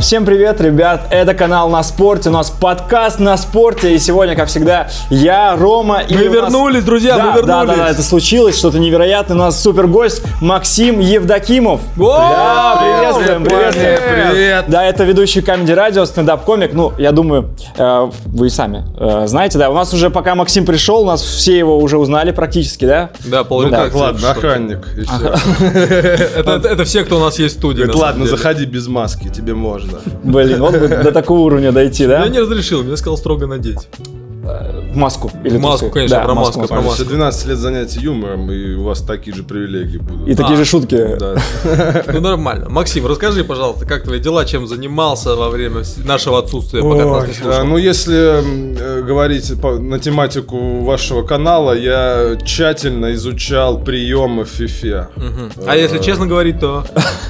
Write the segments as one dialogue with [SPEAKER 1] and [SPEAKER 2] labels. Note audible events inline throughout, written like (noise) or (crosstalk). [SPEAKER 1] Всем привет, ребят! Это канал На Спорте, у нас подкаст На Спорте, и сегодня, как всегда, я, Рома и
[SPEAKER 2] Мы
[SPEAKER 1] у нас-
[SPEAKER 2] вернулись, друзья,
[SPEAKER 1] да,
[SPEAKER 2] мы вернулись.
[SPEAKER 1] Да, да, да, это случилось, что-то невероятное. У нас супер гость Максим Евдокимов.
[SPEAKER 2] О,
[SPEAKER 1] Да,
[SPEAKER 2] привет,
[SPEAKER 1] приветствуем,
[SPEAKER 2] привет,
[SPEAKER 1] приветствуем.
[SPEAKER 2] привет.
[SPEAKER 1] Да, это ведущий Камеди Радио, стендап-комик. Ну, я думаю, э, вы и сами э, знаете, да. У нас уже, пока Максим пришел, у нас все его уже узнали практически, да?
[SPEAKER 3] Да, пол
[SPEAKER 1] Ну
[SPEAKER 3] редакции
[SPEAKER 1] как,
[SPEAKER 3] уже
[SPEAKER 4] Ладно,
[SPEAKER 3] что-то.
[SPEAKER 4] охранник. и всё.
[SPEAKER 2] (laughs) Это, это- это все, кто у нас есть в студии.
[SPEAKER 4] Говорит,
[SPEAKER 2] на самом
[SPEAKER 4] ладно,
[SPEAKER 2] деле.
[SPEAKER 4] заходи без маски, тебе можно.
[SPEAKER 1] Блин, вот бы до такого уровня дойти, да?
[SPEAKER 2] Я не разрешил, мне сказал строго надеть.
[SPEAKER 1] В маску. Или
[SPEAKER 2] Маску,
[SPEAKER 1] трусы.
[SPEAKER 2] конечно, про маску, про
[SPEAKER 4] Парни,
[SPEAKER 2] маску.
[SPEAKER 4] Все 12 лет занятий юмором, и у вас такие же привилегии будут.
[SPEAKER 1] И такие
[SPEAKER 2] А,
[SPEAKER 1] же шутки.
[SPEAKER 4] Да.
[SPEAKER 2] Ну нормально. Максим, расскажи, пожалуйста, как твои дела, чем занимался во время с- нашего отсутствия, пока ты нас не
[SPEAKER 4] Ой,
[SPEAKER 2] слушал?
[SPEAKER 4] а, Ну, если э, говорить по- на тематику вашего канала, я тщательно изучал приемы в фифе.
[SPEAKER 2] Мгм. А если честно говорить, то...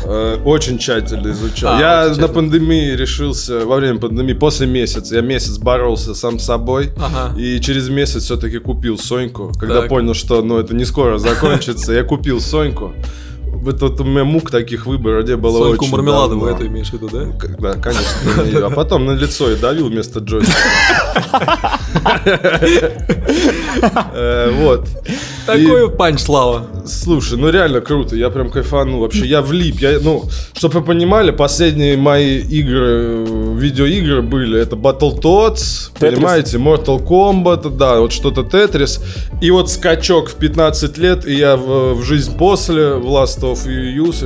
[SPEAKER 4] Э, Очень тщательно изучал.
[SPEAKER 2] А,
[SPEAKER 4] я
[SPEAKER 2] очень
[SPEAKER 4] на
[SPEAKER 2] тщательно.
[SPEAKER 4] пандемии решился, во время пандемии, после месяца, я месяц боролся сам с собой.
[SPEAKER 2] Ага.
[SPEAKER 4] И через месяц все-таки купил Соньку. Когда
[SPEAKER 2] Так.
[SPEAKER 4] понял, что ну, это не скоро закончится, я купил Соньку. Вот тут у меня мук таких выбора не было
[SPEAKER 2] Соньку
[SPEAKER 4] очень
[SPEAKER 2] Мармеладову
[SPEAKER 4] давно.
[SPEAKER 2] эту имеешь в виду, да?
[SPEAKER 4] К- Да, конечно. на неё. А потом на лицо и давил
[SPEAKER 2] (laughs)
[SPEAKER 4] вместо Джойса. Э, Вот.
[SPEAKER 2] Такой панч, Слава.
[SPEAKER 4] Слушай, ну реально круто, я прям кайфанул вообще, я влип, я, ну, чтобы вы понимали, последние мои игры, э, видеоигры были, это Battletoads,
[SPEAKER 1] Tetris.
[SPEAKER 4] понимаете, Mortal Kombat, да, вот что-то Tetris, и вот скачок в 15 лет, и я в, в жизнь после, в Last of Us,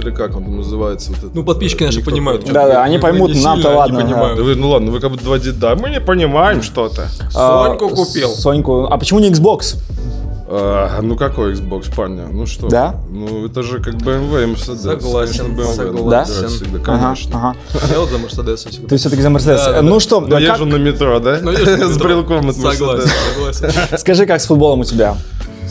[SPEAKER 4] или как он там называется, вот это.
[SPEAKER 2] Ну, подписчики наши
[SPEAKER 4] Никто
[SPEAKER 2] понимают.
[SPEAKER 4] понял.
[SPEAKER 2] чё
[SPEAKER 1] Да-да,
[SPEAKER 2] ты-
[SPEAKER 1] они
[SPEAKER 2] мы
[SPEAKER 1] поймут,
[SPEAKER 2] не
[SPEAKER 1] нам-то
[SPEAKER 2] сильно, они
[SPEAKER 1] ладно, да.
[SPEAKER 2] понимают.
[SPEAKER 4] э, Да вы- ну ладно, вы как будто два деда, мы не понимаем что-то.
[SPEAKER 1] А,
[SPEAKER 2] Соньку купил.
[SPEAKER 1] Соньку. А почему не Xbox?
[SPEAKER 4] А, ну какой Xbox, парня? Ну что?
[SPEAKER 1] Да?
[SPEAKER 4] Ну это же как BMW, Mercedes.
[SPEAKER 2] Согласен,
[SPEAKER 4] Конечно, BMW надо
[SPEAKER 2] согласен.
[SPEAKER 4] драться всегда,
[SPEAKER 1] Ага,
[SPEAKER 4] конечно.
[SPEAKER 1] ага.
[SPEAKER 2] Я вот за Мерседеса всегда.
[SPEAKER 1] Ты все-таки за Мерседес.
[SPEAKER 2] Да, да,
[SPEAKER 1] ну
[SPEAKER 2] да.
[SPEAKER 1] что,
[SPEAKER 4] Но
[SPEAKER 1] а
[SPEAKER 4] я
[SPEAKER 1] как-
[SPEAKER 4] же на метро, да?
[SPEAKER 2] Ну,
[SPEAKER 4] (laughs)
[SPEAKER 2] я же
[SPEAKER 4] С
[SPEAKER 2] метро.
[SPEAKER 4] брелком от
[SPEAKER 2] Согласен,
[SPEAKER 4] Mercedes.
[SPEAKER 2] согласен.
[SPEAKER 1] скажи, как с футболом у тебя?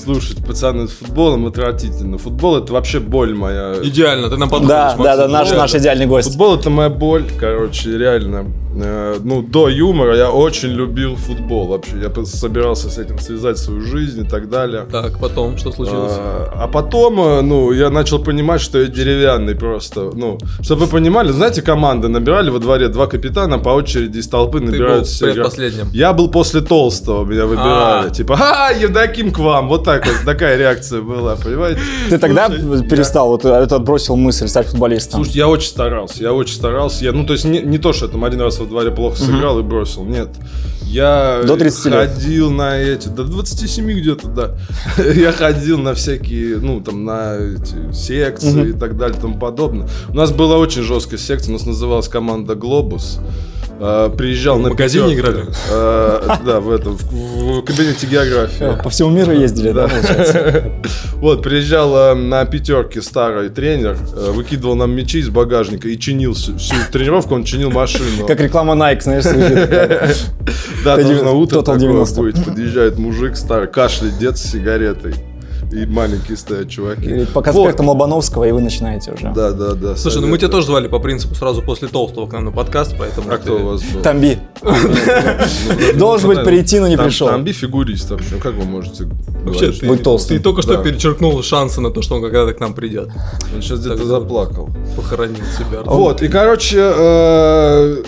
[SPEAKER 4] Слушать, пацаны, с футболом отвратительно. Футбол это вообще боль моя.
[SPEAKER 2] Идеально, ты нам
[SPEAKER 1] Да,
[SPEAKER 2] подходишь,
[SPEAKER 1] да, да,
[SPEAKER 2] Максим.
[SPEAKER 1] наш,
[SPEAKER 2] Ну,
[SPEAKER 1] наш идеальный гость.
[SPEAKER 4] Футбол это моя боль, короче, реально. Э, ну, до юмора я очень любил футбол вообще. Я просто собирался с этим связать свою жизнь и так далее.
[SPEAKER 2] Так, потом, что случилось?
[SPEAKER 4] А а потом, э, ну, я начал понимать, что я деревянный просто. Ну, чтобы вы понимали, знаете, команды набирали во дворе два капитана по очереди из толпы
[SPEAKER 2] был
[SPEAKER 4] набирают все игра-
[SPEAKER 2] предпоследним.
[SPEAKER 4] Я был после Толстого, меня выбирали.
[SPEAKER 2] А.
[SPEAKER 4] Типа, а, Евдоким к вам. Вот так вот, такая реакция была, понимаете?
[SPEAKER 1] Ты тогда
[SPEAKER 4] Слушай,
[SPEAKER 1] перестал, вот а, это отбросил мысль стать
[SPEAKER 4] я-
[SPEAKER 1] футболистом.
[SPEAKER 4] Слушай, я очень старался, я очень старался. Я, ну, то есть не, не то, что я там один раз во дворе плохо сыграл и бросил, нет. Я
[SPEAKER 1] До 30 лет.
[SPEAKER 4] ходил на эти, до 27 где-то, да. (laughs) Я ходил на всякие, ну, там, на эти секции и так далее, и тому подобное. У нас была очень жесткая секция, у нас называлась команда «Глобус». Э, Приезжал на
[SPEAKER 2] магазине
[SPEAKER 4] пятерку.
[SPEAKER 2] играли?
[SPEAKER 4] Э, Да, в этом, в в кабинете географии.
[SPEAKER 1] Э, По всему миру ездили, да? получается?
[SPEAKER 4] (laughs) Вот, приезжал э, на пятерке старый тренер, э, выкидывал нам мячи из багажника и чинил всю, всю тренировку, он чинил машину.
[SPEAKER 1] Как реклама Nike, знаешь,
[SPEAKER 4] (laughs)
[SPEAKER 1] звучит.
[SPEAKER 4] Да,
[SPEAKER 1] это
[SPEAKER 4] там на
[SPEAKER 1] 90,
[SPEAKER 4] утро
[SPEAKER 1] Total
[SPEAKER 4] такое
[SPEAKER 1] 90.
[SPEAKER 4] будет, подъезжает мужик старый, кашляет дед с сигаретой. И маленькие стоят чуваки.
[SPEAKER 1] Говорит, По
[SPEAKER 4] Вот.
[SPEAKER 1] конспектам Лобановского, и вы начинаете уже.
[SPEAKER 4] Да, да, да.
[SPEAKER 2] Слушай, ну мы тебя
[SPEAKER 4] советую.
[SPEAKER 2] тоже звали по принципу сразу после Толстого к нам на подкаст, поэтому...
[SPEAKER 4] А кто
[SPEAKER 2] ты-
[SPEAKER 4] у вас был?
[SPEAKER 1] Тамби.
[SPEAKER 4] Ну,
[SPEAKER 1] (laughs) должен
[SPEAKER 4] ну,
[SPEAKER 1] быть
[SPEAKER 4] да,
[SPEAKER 1] прийти, но не
[SPEAKER 4] там-
[SPEAKER 1] пришел.
[SPEAKER 4] Там бифигурист вообще, ну как вы можете
[SPEAKER 2] Вообще,
[SPEAKER 4] говорить?
[SPEAKER 2] ты,
[SPEAKER 1] Будь толстым.
[SPEAKER 2] ты только что
[SPEAKER 4] Да.
[SPEAKER 2] перечеркнул шансы на то, что он когда-то к нам придет.
[SPEAKER 4] Он сейчас где-то
[SPEAKER 2] Так,
[SPEAKER 4] заплакал.
[SPEAKER 2] Похоронил себя. Артур.
[SPEAKER 4] А Вот, и, короче, э,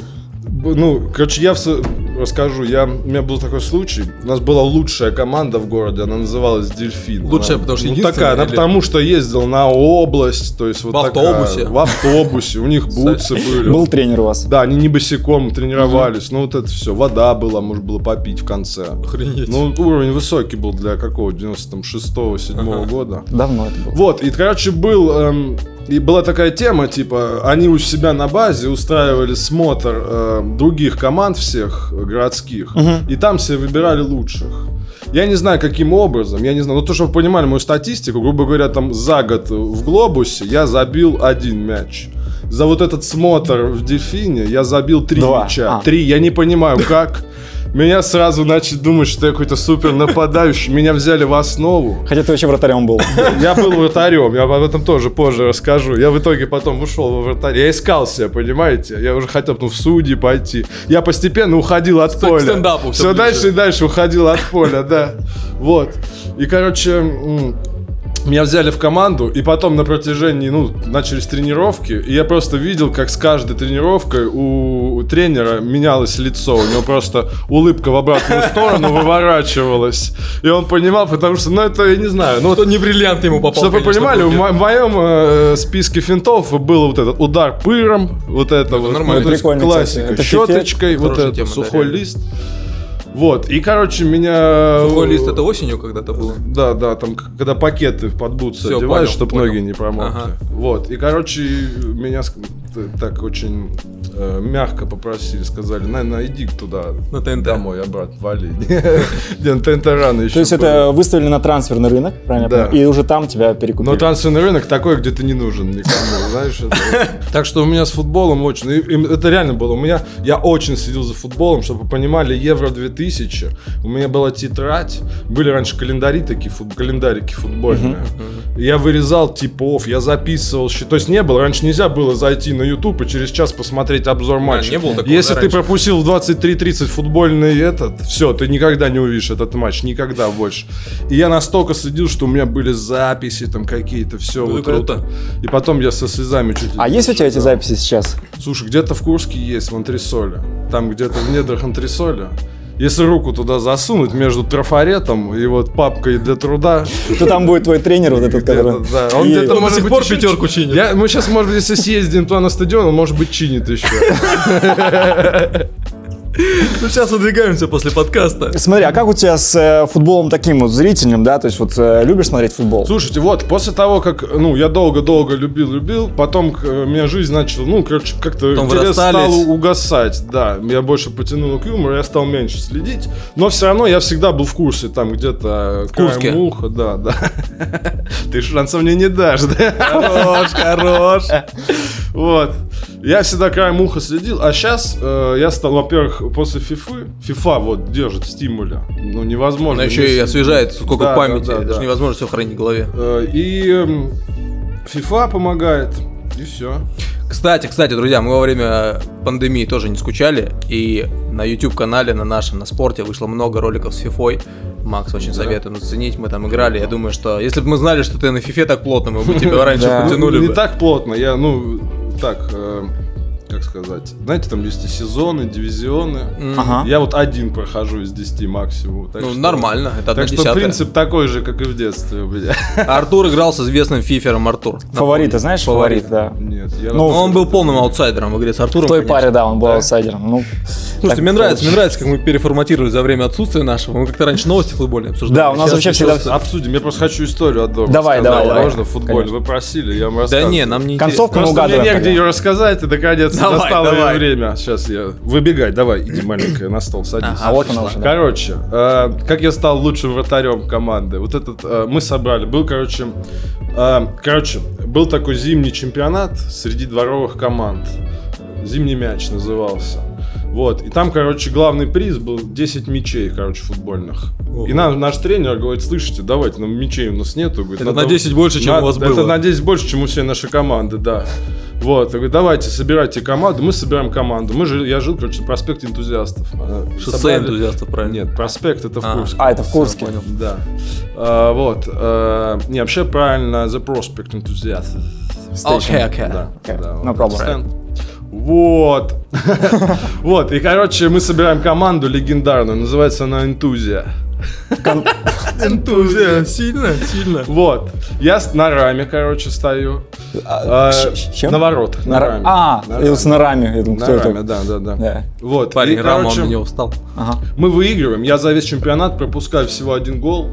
[SPEAKER 4] б- ну, короче, я в с- расскажу. Я, у меня был такой случай. У нас была лучшая команда в городе, она называлась «Дельфин».
[SPEAKER 2] Лучшая,
[SPEAKER 4] Она-
[SPEAKER 2] потому что
[SPEAKER 4] ну,
[SPEAKER 2] единственная,
[SPEAKER 4] такая, она
[SPEAKER 2] или-
[SPEAKER 4] потому что ездила на область, то есть вот
[SPEAKER 2] В
[SPEAKER 4] такая-
[SPEAKER 2] автобусе.
[SPEAKER 4] В автобусе, у них бутсы были.
[SPEAKER 1] Был тренер у вас.
[SPEAKER 4] Да, они не босиком тренировались, ну вот это все. Вода была, можно было попить в конце.
[SPEAKER 2] Охренеть.
[SPEAKER 4] Ну, уровень высокий был для какого, 96-го, 7-го года.
[SPEAKER 1] Давно это было.
[SPEAKER 4] Вот, и, короче, был... эм, и была такая тема, типа, они у себя на базе устраивали смотр э, других команд всех э, городских, и там все выбирали лучших. Я не знаю, каким образом, я не знаю, но то, что вы понимали мою статистику, грубо говоря, там за год в «Глобусе» я забил один мяч. За вот этот смотр в «Дельфине» я забил три
[SPEAKER 1] Два.
[SPEAKER 4] мяча.
[SPEAKER 1] А.
[SPEAKER 4] Три, я не понимаю, как. Меня сразу начали думать, что я какой-то супер нападающий. Меня взяли в основу.
[SPEAKER 1] Хотя ты вообще вратарем
[SPEAKER 4] (laughs)
[SPEAKER 1] был.
[SPEAKER 4] Я был вратарем, я об этом тоже позже расскажу. Я в итоге потом ушел во вратарь. Я искал себя, понимаете? Я уже хотел ну, в судьи пойти. Я постепенно уходил от
[SPEAKER 2] Кстати, к
[SPEAKER 4] поля.
[SPEAKER 2] стендапу всё
[SPEAKER 4] все
[SPEAKER 2] ближе.
[SPEAKER 4] дальше и дальше уходил от поля, да. Вот. И, короче, м, Меня взяли в команду, и потом на протяжении, ну, начались тренировки, и я просто видел, как с каждой тренировкой у, у тренера менялось лицо, у него просто улыбка в обратную
[SPEAKER 2] (laughs)
[SPEAKER 4] сторону выворачивалась, и он понимал, потому что, ну, это, я не знаю, ну, вот
[SPEAKER 2] Вот не бриллиант ему попал.
[SPEAKER 4] чтобы вы
[SPEAKER 2] конечно,
[SPEAKER 4] понимали,
[SPEAKER 2] в
[SPEAKER 4] в,
[SPEAKER 2] руки.
[SPEAKER 4] мо- моем э, списке финтов был вот этот удар пыром, вот это, вот,
[SPEAKER 2] нормально.
[SPEAKER 4] ну, то есть
[SPEAKER 1] Прикольно,
[SPEAKER 4] классика,
[SPEAKER 1] кстати. Это
[SPEAKER 4] щеточкой, вот
[SPEAKER 2] Хорошая
[SPEAKER 4] это,
[SPEAKER 2] тема, да,
[SPEAKER 4] сухой
[SPEAKER 2] реально.
[SPEAKER 4] лист. Вот, и, короче, меня... э,
[SPEAKER 2] Сухой лист это осенью когда-то было.
[SPEAKER 4] Да, да, там, к- когда пакеты под бутсы
[SPEAKER 2] Всё,
[SPEAKER 4] одеваешь,
[SPEAKER 2] понял,
[SPEAKER 4] чтобы
[SPEAKER 2] понял.
[SPEAKER 4] ноги не промокли.
[SPEAKER 2] Ага.
[SPEAKER 4] Вот, и, короче, меня ск- т- так очень э, мягко попросили, сказали, наверное, иди туда,
[SPEAKER 2] На ТНТ.
[SPEAKER 4] домой обратно, вали. (laughs) Ден ТНТ рано еще
[SPEAKER 1] То есть
[SPEAKER 4] было.
[SPEAKER 1] это выставили на трансферный рынок, правильно? я
[SPEAKER 4] Да. Ну
[SPEAKER 1] понимаю? И уже там тебя перекупили.
[SPEAKER 4] Но танцевальный рынок такой, где ты не нужен никому, (laughs) знаешь. это- Так что у меня с футболом очень... и- и Это реально было. У меня... Я очень следил за футболом, чтобы вы понимали, Евро 2000. У меня была тетрадь. Были раньше календари такие, фут- календарики футбольные. Я вырезал типов, я записывал... щи- То есть не было. Раньше нельзя было зайти на YouTube и через час посмотреть обзор матча.
[SPEAKER 2] не было такого,
[SPEAKER 4] Если
[SPEAKER 2] да,
[SPEAKER 4] ты
[SPEAKER 2] раньше.
[SPEAKER 4] пропустил в 23.30 футбольный этот, все, ты никогда не увидишь этот матч, никогда больше. И я настолько следил, что у меня были записи там какие-то, все.
[SPEAKER 2] Ну и
[SPEAKER 4] вот
[SPEAKER 2] круто.
[SPEAKER 4] это. И потом я со слезами чуть...
[SPEAKER 1] А есть у тебя эти записи сейчас?
[SPEAKER 4] Слушай, где-то в Курске есть, в антресоле. Там где-то в недрах антресоля. Если руку туда засунуть между трафаретом и вот папкой для труда,
[SPEAKER 1] То там будет твой тренер вот этот, который...
[SPEAKER 4] да, он
[SPEAKER 1] И-
[SPEAKER 4] где-то
[SPEAKER 2] Он до
[SPEAKER 4] может
[SPEAKER 2] сих
[SPEAKER 4] быть,
[SPEAKER 2] пор
[SPEAKER 4] еще-
[SPEAKER 2] пятерку чинит.
[SPEAKER 4] я, мы сейчас, может быть, если съездим туда на стадион, он, может быть, чинит еще.
[SPEAKER 2] Ну сейчас выдвигаемся после подкаста.
[SPEAKER 1] Смотри, а как у тебя с э, футболом таким вот зрительным, да? То есть вот э, любишь смотреть футбол?
[SPEAKER 4] Слушайте, вот, после того, как, ну, я долго-долго любил-любил, потом к- э, меня жизнь начала, ну, короче, как-то
[SPEAKER 2] Потом
[SPEAKER 4] интерес стал
[SPEAKER 2] вырастались.
[SPEAKER 4] угасать, да. Я больше потянул к юмору, я стал меньше следить, но все равно я всегда был в курсе, там, где-то... В
[SPEAKER 2] Курске.
[SPEAKER 4] Уха, да, да. (laughs) Ты шансов мне не дашь, да? Хорош, хорош. Вот. Я всегда краем уха следил, а сейчас я стал, во-первых, после фифы, фифа вот держит стимуля, ну невозможно.
[SPEAKER 2] Она
[SPEAKER 4] не
[SPEAKER 2] еще и
[SPEAKER 4] следить.
[SPEAKER 2] освежает, сколько
[SPEAKER 4] Да,
[SPEAKER 2] памяти.
[SPEAKER 4] да, да,
[SPEAKER 2] Это
[SPEAKER 4] да.
[SPEAKER 2] же невозможно все хранить в голове.
[SPEAKER 4] Э, И эм, FIFA помогает. И все.
[SPEAKER 2] Кстати, кстати, друзья, мы во время пандемии тоже не скучали. И на YouTube-канале, на нашем, на спорте вышло много роликов с фифой. Макс очень советую заценить, мы там играли. Я думаю, что если бы мы знали, что ты на фифе так плотно, мы
[SPEAKER 1] (laughs)
[SPEAKER 2] бы тебя раньше
[SPEAKER 1] Да.
[SPEAKER 2] потянули
[SPEAKER 4] Ну, не
[SPEAKER 2] А, бы.
[SPEAKER 4] так плотно. Я, ну, так, э, как сказать. Знаете, там есть и сезоны, дивизионы.
[SPEAKER 2] М,
[SPEAKER 1] Ага.
[SPEAKER 4] Я вот один прохожу из 10 максимум. так
[SPEAKER 2] Ну,
[SPEAKER 4] что-
[SPEAKER 2] нормально, это одна
[SPEAKER 4] Так что
[SPEAKER 2] десятая.
[SPEAKER 4] принцип такой же, как и в детстве у меня.
[SPEAKER 2] (laughs) Артур играл с известным фифером Артур.
[SPEAKER 1] Фаворита, знаешь? Фаворит, да.
[SPEAKER 4] (laughs) Нет, я...
[SPEAKER 1] Ну,
[SPEAKER 2] Ну, Он был полным аутсайдером в игре с Артуром.
[SPEAKER 1] В той
[SPEAKER 2] конечно.
[SPEAKER 1] паре, да, он был аутсайдером. Ну,
[SPEAKER 2] Слушайте,
[SPEAKER 1] так
[SPEAKER 2] мне
[SPEAKER 1] получилось.
[SPEAKER 2] нравится, мне нравится, как мы переформатировали за время отсутствия нашего. Мы как-то раньше новости футбольные обсуждали.
[SPEAKER 1] Да, у нас
[SPEAKER 2] Сейчас
[SPEAKER 1] вообще
[SPEAKER 2] мы
[SPEAKER 1] всегда
[SPEAKER 2] просто-
[SPEAKER 4] Обсудим, я просто хочу историю от дома.
[SPEAKER 1] Давай,
[SPEAKER 4] рассказать.
[SPEAKER 1] давай, давай.
[SPEAKER 4] Можно футбольный?
[SPEAKER 1] Конечно.
[SPEAKER 4] Вы просили, я вам
[SPEAKER 2] Да
[SPEAKER 4] рассказываю.
[SPEAKER 2] не, нам не
[SPEAKER 1] Концовка
[SPEAKER 2] интересно.
[SPEAKER 1] Ну,
[SPEAKER 4] Просто мне
[SPEAKER 1] угадываем,
[SPEAKER 4] негде
[SPEAKER 1] понятно.
[SPEAKER 4] ее рассказать, и наконец
[SPEAKER 2] Давай,
[SPEAKER 4] настало её
[SPEAKER 2] давай.
[SPEAKER 4] время. Сейчас я... Выбегай, давай, иди маленькая на стол, садись.
[SPEAKER 2] Ага.
[SPEAKER 1] А вот она уже. да.
[SPEAKER 4] Короче, э, как я стал лучшим вратарем команды. Вот этот э, мы собрали. Был, короче, э, короче, был такой зимний чемпионат среди дворовых команд. Зимний мяч назывался. Вот. И там, короче, главный приз был 10 мячей, короче, футбольных.
[SPEAKER 2] Ого.
[SPEAKER 4] И нам наш тренер говорит, слышите, давайте, ну мячей у нас нету. Говорит,
[SPEAKER 2] Это
[SPEAKER 4] «Надо-
[SPEAKER 2] на 10 больше, чем
[SPEAKER 4] надо-
[SPEAKER 2] у вас
[SPEAKER 4] это
[SPEAKER 2] было.
[SPEAKER 4] на 10 больше, чем у всей нашей команды, да. Вот, я говорю, давайте, собирайте команду. Мы собираем команду. Мы жили, я жил, короче, на проспекте энтузиастов. Э,
[SPEAKER 2] Шоссе
[SPEAKER 4] собрали-
[SPEAKER 2] энтузиастов, правильно?
[SPEAKER 4] Нет, проспект это в
[SPEAKER 2] А.
[SPEAKER 4] Курске.
[SPEAKER 1] А, это в Курске.
[SPEAKER 2] понял.
[SPEAKER 4] Да. А, вот. а, не, вообще правильно The Prospect Enthusiast.
[SPEAKER 2] Окей, окей.
[SPEAKER 4] Да,
[SPEAKER 1] Окей,
[SPEAKER 4] да,
[SPEAKER 1] no
[SPEAKER 4] вот
[SPEAKER 1] problem.
[SPEAKER 4] understand. Вот. (laughs) Вот. И, короче, мы собираем команду легендарную. Называется она Энтузия.
[SPEAKER 2] Энтузия, сильно, сильно.
[SPEAKER 4] Вот. Я с- на раме, короче, стою. А,
[SPEAKER 1] щ- щ- чем?
[SPEAKER 4] На воротах.
[SPEAKER 1] На
[SPEAKER 4] На
[SPEAKER 1] ра-
[SPEAKER 4] раме.
[SPEAKER 1] А,
[SPEAKER 4] На
[SPEAKER 1] и с
[SPEAKER 4] раме.
[SPEAKER 1] нарами. Я думаю,
[SPEAKER 4] На
[SPEAKER 1] кто
[SPEAKER 4] раме,
[SPEAKER 1] это?
[SPEAKER 4] да, да, да.
[SPEAKER 1] Да.
[SPEAKER 4] Вот.
[SPEAKER 2] Парень
[SPEAKER 4] и,
[SPEAKER 2] Рама,
[SPEAKER 4] короче,
[SPEAKER 2] он на него встал.
[SPEAKER 1] Ага.
[SPEAKER 4] Мы выигрываем. Я за весь чемпионат пропускаю всего один гол.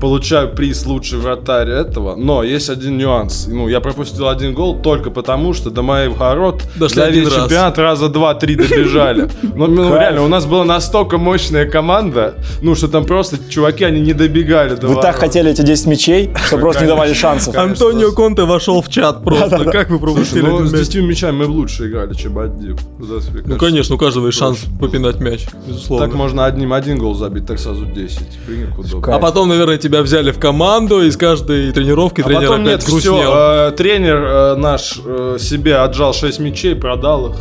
[SPEAKER 4] Получаю приз лучший вратарь этого. Но есть один нюанс. Ну, я пропустил один гол только потому, что до моих ворот
[SPEAKER 2] Дошли
[SPEAKER 4] за
[SPEAKER 2] один
[SPEAKER 4] весь
[SPEAKER 2] раз.
[SPEAKER 4] чемпионат раза
[SPEAKER 1] (laughs)
[SPEAKER 4] два-три добежали. Ну, ну,
[SPEAKER 1] Кайф.
[SPEAKER 4] реально, у нас была настолько мощная команда, ну, что там просто чуваки, они не добегали до
[SPEAKER 1] Вы так
[SPEAKER 4] ворот.
[SPEAKER 1] хотели эти 10 мячей, что просто не давали шансов.
[SPEAKER 4] Конечно,
[SPEAKER 2] Антонио
[SPEAKER 4] просто.
[SPEAKER 2] Конте вошел в чат просто. Как вы
[SPEAKER 4] Слушай,
[SPEAKER 2] пропустили
[SPEAKER 4] ну,
[SPEAKER 2] этот
[SPEAKER 4] с
[SPEAKER 2] мяч?
[SPEAKER 4] 10 мячами мы лучше играли, чем один. Да, тебе
[SPEAKER 2] Ну,
[SPEAKER 4] кажется?
[SPEAKER 2] конечно, у каждого есть шанс попинать мяч, безусловно.
[SPEAKER 4] Так можно одним один гол забить, так сразу 10. Блин, как удобно.
[SPEAKER 2] А потом, наверное, тебя взяли в команду, и с каждой тренировки
[SPEAKER 4] А
[SPEAKER 2] тренер
[SPEAKER 4] потом
[SPEAKER 2] опять
[SPEAKER 4] нет, а.
[SPEAKER 2] грустнел.
[SPEAKER 4] все, тренер э, наш э, себе отжал 6 мячей, продал их,